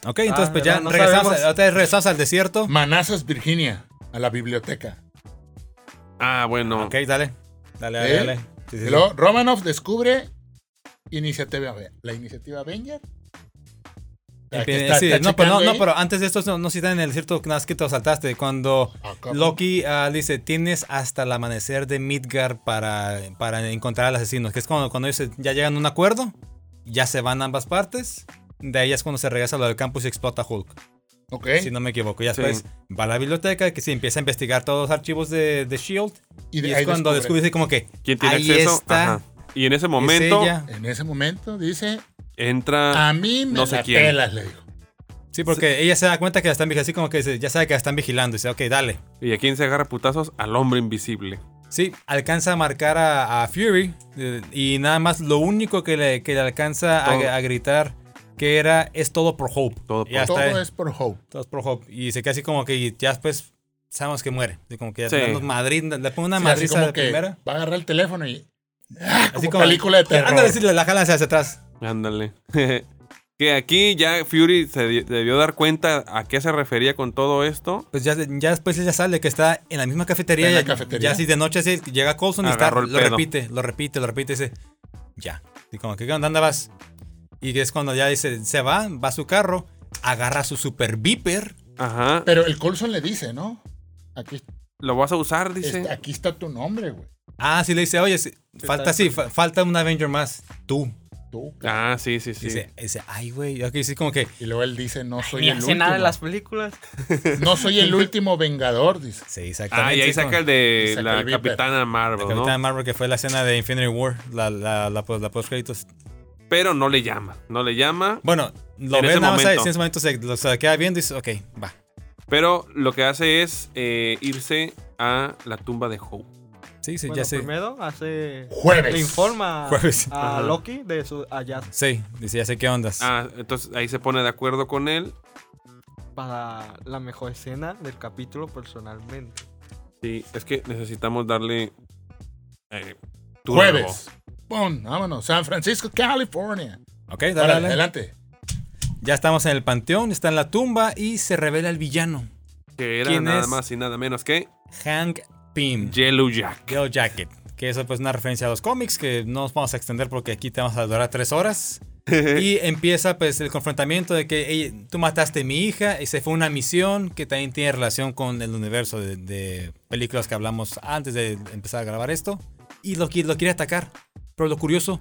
S2: Ok, entonces
S4: Ah,
S2: pues ya
S4: ¿verdad? No
S2: regresamos,
S4: sabemos.
S2: otra vez regresamos al desierto.
S3: Manassas, Virginia, a la biblioteca.
S1: Ah, bueno.
S2: Ok, dale. Dale,
S3: ¿Eh?
S2: dale, dale. Sí, sí,
S3: Y
S2: sí.
S3: luego Romanov descubre iniciativa, Ave- la iniciativa Avenger. La que
S2: Empie-
S3: está-
S2: sí,
S3: está
S2: no, pero no,
S3: checando
S2: no,
S3: ahí.
S2: pero antes de esto no, no citan en el cierto nada más que te lo saltaste. Cuando
S3: Ah, cabrón.
S2: Loki ah, dice, tienes hasta el amanecer de Midgar para, para encontrar al asesino. Que es cuando, cuando ellos se- ya llegan a un acuerdo, ya se van ambas partes. De ahí es cuando se regresa a lo del campus y explota Hulk.
S3: Ok.
S2: Si no me equivoco. Ya
S1: Sí.
S2: después va a la biblioteca, que sí, empieza a investigar todos los archivos de, de Shield.
S3: y, de-
S2: E Y es
S3: ahí
S2: cuando descubre,
S3: descubre.
S2: así como que
S1: ¿Quién tiene
S2: ahí
S1: acceso?
S2: está.
S1: Ajá. Y en ese momento
S2: es ella.
S3: En ese momento dice,
S1: entra.
S2: "Ah,
S3: a mí me
S1: no sé
S3: la
S1: quién.
S3: pelas, le dijo.
S2: Sí, porque ella se da cuenta que la están vigilando, así como que dice, ya sabe que la están vigilando. Y dice, ok, dale.
S1: ¿Y a quién se agarra putazos? Al hombre invisible.
S2: Sí, alcanza a marcar a, a Fury eh, y nada más lo único que le, que le alcanza a,
S1: Todo.
S2: a gritar que era es todo por Hope.
S1: Todo por
S2: Ya está,
S3: Todo
S2: eh.
S3: es por Hope.
S2: Todo es por Hope. Y se queda así como que ya después sabemos que muere. Así como que ya
S1: Sí.
S2: tenemos Madrid, le pongo una
S3: Sí, así
S2: madriza
S3: como
S2: de
S3: que <laughs>
S2: primera.
S3: va a agarrar el teléfono y... ¡Ah! como,
S2: como-
S3: película de terror.
S2: Ándale, sí, la, la jala hacia atrás.
S1: Ándale. <laughs> que aquí ya Fury se di- debió dar cuenta a qué se refería con todo esto.
S2: Pues ya, ya después ella sale que está en la misma cafetería.
S3: En la
S2: ya,
S3: cafetería.
S2: ya así de noche así, llega Colson y está,
S1: Agarró
S2: lo
S1: el pedo.
S2: repite, lo repite, lo repite. Dice, ya. Y como que, ¿qué onda? ¿Dónde vas? Y que es cuando ya dice, se va, va a su carro, agarra su super viper.
S1: Ajá.
S3: Pero el Colson le dice, ¿no? Aquí,
S1: Lo vas a usar, dice.
S3: está, aquí está tu nombre, güey.
S2: Ah, sí, le dice, oye, sí, falta,
S4: tal?
S2: sí, fa- falta un Avenger más. Tú.
S3: Tú.
S1: Ah, sí, sí, sí.
S2: Dice, dice, ay, güey. Aquí sí, como que,
S3: Y luego él dice, no soy
S4: Ni
S3: el
S4: hace
S3: último.
S4: nada en las películas.
S3: No soy el último vengador, dice.
S2: sí, exactamente.
S1: Ah, y ahí
S2: sí, como-
S1: saca el de
S3: y saca
S1: la
S3: el Viper.
S1: Capitana
S2: la
S1: Marvel, ¿no?
S2: Capitana Marvel, que fue la escena de Infinity War, la, la, la, post- la post créditos.
S1: Pero no le llama. No le llama.
S2: Bueno, lo
S1: En
S2: ve
S1: ese
S2: nada más ahí,
S1: momento.
S2: en ese momento se, lo, se queda viendo y dice, ok, va.
S1: Pero lo que hace es eh, irse a la tumba de Hope.
S2: Sí, sí,
S4: Bueno,
S2: ya sé.
S4: primero hace
S3: Jueves.
S4: le informa
S2: Jueves.
S4: a
S1: Ajá.
S4: Loki de su allá
S2: Sí, dice, ya sé qué ondas.
S1: Ah, entonces ahí se pone de acuerdo con él.
S4: para la mejor escena del capítulo personalmente.
S1: Sí, es que necesitamos darle. eh, turbo.
S3: Jueves. Pum, vámonos. San Francisco, California.
S2: ok, dale,
S3: Órale,
S2: dale.
S3: adelante.
S2: Ya estamos en el panteón, está en la tumba y se revela el villano,
S1: Que era
S2: ¿Quién
S1: nada
S2: es? Mm.
S1: más y nada menos que
S2: Hank Pym.
S1: Yellow Jack.
S2: Yellow Jacket. Que eso pues es una referencia a los cómics que no nos vamos a extender porque aquí te vamos a durar tres
S3: <laughs>
S2: horas. y empieza pues el confrontamiento de que "Ey, tú mataste a mi hija y se fue una misión que también tiene relación con el universo de, de películas que hablamos antes de empezar a grabar esto. Y lo, qui- lo quiere atacar. Pero lo curioso,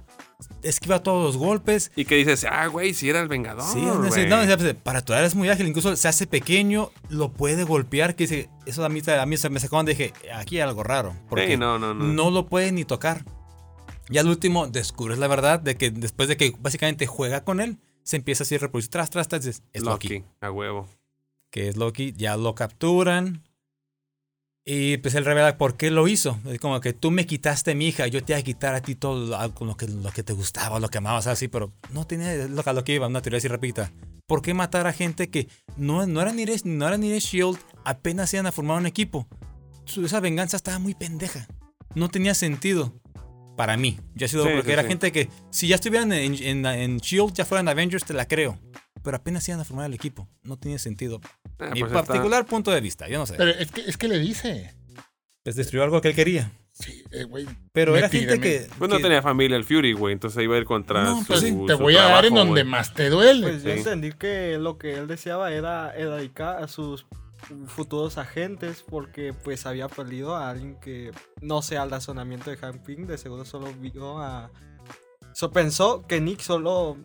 S2: esquiva todos los golpes.
S1: Y que dices, ah, güey, si era el Vengador.
S2: Sí, es
S1: güey.
S2: decir, no, es decir, para tu edad es muy ágil, incluso se hace pequeño, lo puede golpear, que dice, eso a mí, a mí se me sacó donde dije, aquí hay algo raro.
S1: Sí, no, no, no.
S2: no lo puede ni tocar. Y al último descubres la verdad de que después de que básicamente juega con él, se empieza así a reproducir tras, tras, tras, dices, es Loki.
S1: Loki, a huevo.
S2: Que es Loki, ya lo capturan. Y pues él revela por qué lo hizo. Es como que tú me quitaste a mi hija, yo te iba a quitar a ti todo lo, con lo, que, lo que te gustaba, lo que amabas, así, pero no tenía es lo, a lo que iba, una teoría así repita. ¿Por qué matar a gente que no, no eran ni de- no eran ni de Shield, apenas iban a formar un equipo? su- esa venganza estaba muy pendeja. No tenía sentido para mí. Ya sido
S1: Sí,
S2: porque
S1: sí,
S2: era
S1: sí.
S2: gente que si ya estuvieran en, en, en Shield, ya fueran Avengers, te la creo. Pero apenas iban a formar el equipo. No tenía sentido.
S1: Ah,
S2: Mi
S1: pues está-
S2: particular punto de vista, yo no sé.
S3: Pero es que, es que le dice.
S2: Les destruyó algo que él quería.
S3: Sí, eh, güey.
S2: Pero
S3: Me
S2: era
S3: pide
S2: gente
S3: mi-
S2: que.
S1: Pues no
S2: que-
S1: tenía familia el Fury, güey. Entonces iba a ir contra
S2: No,
S1: su-
S2: pues sí,
S1: su
S3: te voy a dar
S1: trabajo,
S3: en donde
S1: güey.
S3: más te duele.
S4: Pues yo
S1: Sí.
S4: entendí que lo que él deseaba era erradicar a sus futuros agentes porque pues había perdido a alguien que no sé al razonamiento de Hank Pym de seguro solo vio a so, pensó que Nick solo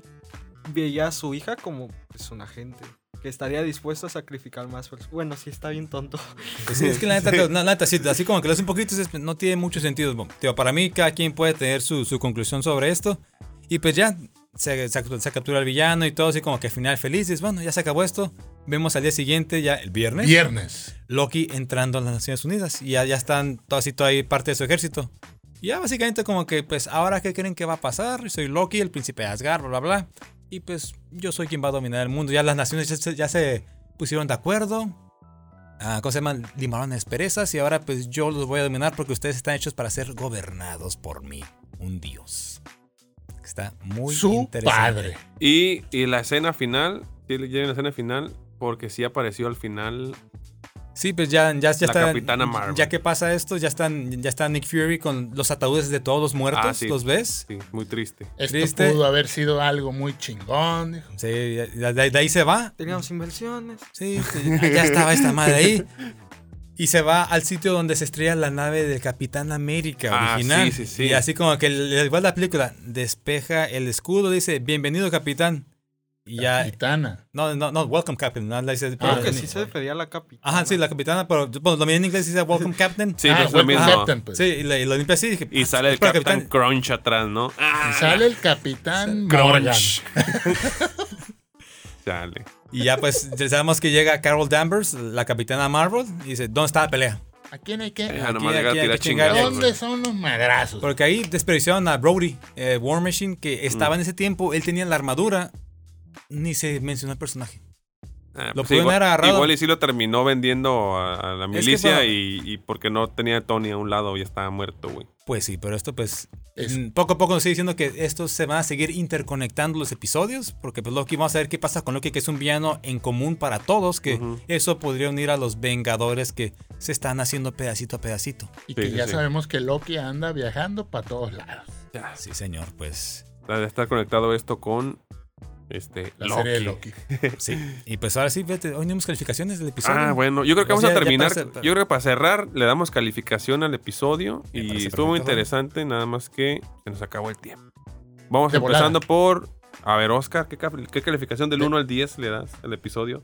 S4: veía a su hija como pues un agente que estaría dispuesto a sacrificar más por- bueno sí está bien tonto <laughs>
S2: Pues sí,
S1: <laughs>
S2: es que la neta, la- la neta, sí, así como que lo hace un poquito, dices, no tiene mucho sentido. Bueno, tío, para mí, cada quien puede tener su, su conclusión sobre esto. Y pues ya, se, se- se captura al villano y todo, así como que final feliz. Dices, bueno, ya se acabó esto. Vemos al día siguiente, ya el viernes,
S3: Viernes.
S2: Loki entrando a las Naciones Unidas. Y ya, ya están todo así, todo ahí parte de su ejército. Y ya básicamente como que, pues, ¿ahora qué creen que va a pasar? Soy Loki, el príncipe de Asgard, bla, bla, bla. Y pues, yo soy quien va a dominar el mundo. Ya las naciones ya se, ya se pusieron de acuerdo. Ah, ¿Cómo se llaman? Limaron asperezas y ahora pues yo los voy a dominar porque ustedes están hechos para ser gobernados por mí, un dios. Está muy
S3: Su
S2: interesante.
S3: padre.
S1: Y, y la escena final, sí le quieren la escena final, porque sí apareció al final.
S2: Sí, pues ya, ya,
S1: La
S2: ya está.
S1: Capitana Marvel.
S2: Ya que pasa esto, ya están, ya está Nick Fury con los ataúdes de todos los muertos.
S1: Ah, sí.
S2: ¿Los ves?
S1: Sí, muy triste.
S3: Esto
S2: Triste.
S3: pudo haber sido algo muy chingón. dijo.
S2: Sí, ya- de, de ahí se va.
S4: teníamos inversiones
S2: Sí, sí, ya estaba esta madre ahí. Y se va al sitio donde se estrella la nave del Capitán América
S1: Ah,
S2: original.
S1: sí, sí, sí.
S2: Y así como que le- igual la película despeja el escudo, dice, bienvenido capitán. Y ya...
S3: Capitana.
S2: No, no, no, welcome captain. No, le dice,
S3: Ah,
S4: creo que
S3: en-
S4: sí se refería a la capitana
S2: Ajá, sí, la capitana, pero bueno, lo miré en inglés y dice welcome captain.
S1: Sí,
S3: Ah,
S1: no es lo
S3: welcome
S1: mismo.
S3: captain, pues.
S2: Sí, y, lo- y lo limpia así. Dije,
S1: Y
S2: "Ah,
S1: sale
S2: es
S1: el
S2: para
S1: Capitán Crunch atrás, ¿no? ¡Ah!
S3: Y sale el capitán Morgan.
S1: Crunch. Sale.
S2: Y ya pues ya sabemos que llega Carol Danvers, la capitana Marvel, y dice, ¿dónde está la pelea?
S3: ¿A quién hay que?
S1: Ah,
S2: Aquí,
S1: nomás le
S2: aquí,
S1: a tirar
S2: aquí chingar.
S1: chingadas,
S3: ¿Dónde
S1: güey.
S3: son los madrazos?
S2: Porque ahí desperdiciaron a Brody, eh, War Machine, que
S1: Mm.
S2: estaba en ese tiempo, él tenía la armadura, ni se mencionó el personaje.
S1: Ah,
S2: Lo
S1: pues
S2: pudieron
S1: igual,
S2: haber agarrado.
S1: igual y sí lo terminó vendiendo a, a la
S2: que
S1: milicia
S2: para-
S1: y, y porque no tenía a Tony a un lado y estaba muerto, güey.
S2: Pues sí, pero esto pues
S3: Es-
S2: mm, poco a poco nos sigue diciendo que estos se van a seguir interconectando los episodios, porque pues Loki vamos a ver qué pasa con Loki, que es un villano en común para todos, que
S1: Ujú.
S2: eso podría unir a los Vengadores que se están haciendo pedacito a pedacito.
S3: Y
S1: Sí,
S3: que
S1: sí,
S3: ya
S1: sí.
S3: sabemos que Loki anda viajando para todos lados.
S2: Sí, señor,
S1: <laughs>
S2: pues
S1: Ha de estar conectado esto con este
S3: La
S1: Loki.
S3: serie de Loki.
S2: sí. Y pues ahora sí, vete, hoy tenemos calificaciones del episodio.
S1: Ah, bueno, yo creo que
S2: O
S1: vamos
S2: sea,
S1: a
S2: ya
S1: terminar.
S2: para cer-
S1: yo creo que para cerrar le damos calificación al episodio
S2: Me
S1: y
S2: parece
S1: estuvo muy
S2: perfecto,
S1: interesante, nada más que se nos acabó el tiempo. Vamos
S3: De volada.
S1: empezando por a ver, Oscar, ¿qué, cap- qué calificación del 1 al 10 le das al episodio?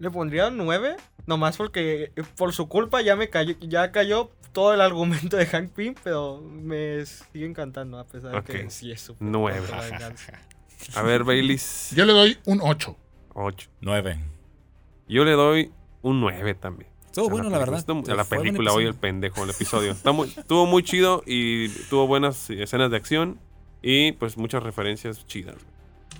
S4: Le pondría 9, nomás porque eh, por su culpa ya me cayó, ya cayó todo el argumento de Hank Pym, pero me sigue encantando a pesar de
S1: Ok.
S4: que sí es su
S1: Nueve.
S2: Ah,
S4: puta venganza.
S1: A ver, Baileys,
S3: Yo le doy un 8.
S1: 8.
S2: Nueve.
S1: Yo le doy un 9 también.
S2: Estuvo
S1: A
S2: Oh, bueno, la verdad.
S1: película. Estuvo- A la
S2: Fue buen
S1: película hoy, el
S2: episodio.
S1: pendejo, el episodio. Está muy- estuvo muy chido y tuvo buenas escenas de acción y pues muchas referencias chidas.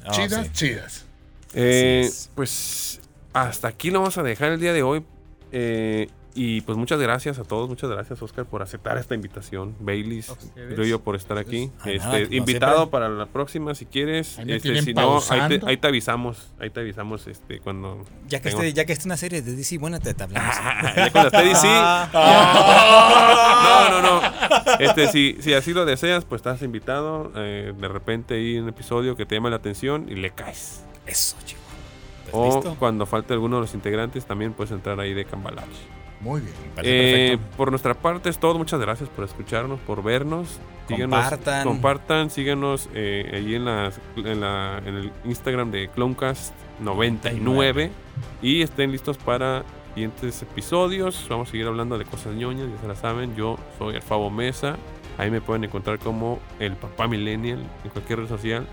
S2: Ah,
S3: chidas,
S2: sí.
S3: chidas.
S1: Eh,
S2: es.
S1: pues hasta aquí lo vamos a dejar el día de hoy. Eh, y pues muchas gracias a todos, muchas gracias Oscar por aceptar esta invitación. Baileys,
S4: A ustedes.
S1: Ruyo por estar aquí.
S2: Ah,
S1: Este,
S2: nada, como
S1: invitado
S2: siempre.
S1: para la próxima si quieres.
S3: Ahí me
S1: Este,
S3: tienen
S1: si no, ahí te,
S3: pausando.
S1: ahí te avisamos. Ahí te avisamos este, cuando. <laughs>
S2: Ya que,
S1: tengo- Ah,
S2: esté, ya que esté una serie de DC buena, te te hablamos.
S1: Ya cuando esté DC.
S2: Ah.
S1: No, no, no. Este, si, si así lo deseas, pues estás invitado. eh, de repente hay un episodio que te llama la atención y le caes.
S2: Eso, chico. Pues
S1: O
S2: listo.
S1: cuando falte alguno de los integrantes, también puedes entrar ahí de cambalache.
S3: Muy bien.
S2: Parece
S1: Eh,
S2: perfecto.
S1: por nuestra parte es todo. Muchas gracias por escucharnos, por vernos.
S2: Compartan.
S1: compartan, síganos eh, ahí en, las- en, la- en el Instagram de Clonecast99. Y estén listos para siguientes episodios. Vamos a seguir hablando de cosas ñoñas, ya se la saben. Yo soy el Fabo Mesa. Ahí me pueden encontrar como el Papá Millennial en cualquier red social.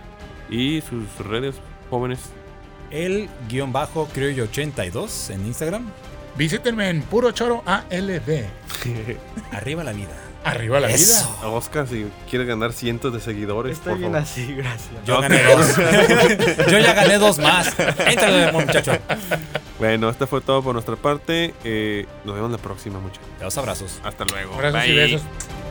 S1: Y sus redes
S2: <laughs>
S1: jóvenes.
S2: El guión bajo creo yo 82 en Instagram.
S3: Visítenme en Puro Choro ALB.
S2: Arriba la vida.
S3: Arriba la vida.
S2: Eso.
S1: A Oscar si quiere ganar cientos de seguidores. <laughs>
S4: Está
S1: por
S4: bien
S1: favor.
S4: así, gracias.
S2: Yo
S1: No
S2: gané
S1: te-
S2: dos. <laughs> Yo ya gané dos más. Éntrale, muchacho.
S1: Bueno, esto fue todo por nuestra parte. Eh, nos vemos la próxima, muchachos.
S2: Dos abrazos.
S1: Hasta luego.
S3: Abrazos y
S1: Bye.
S3: besos.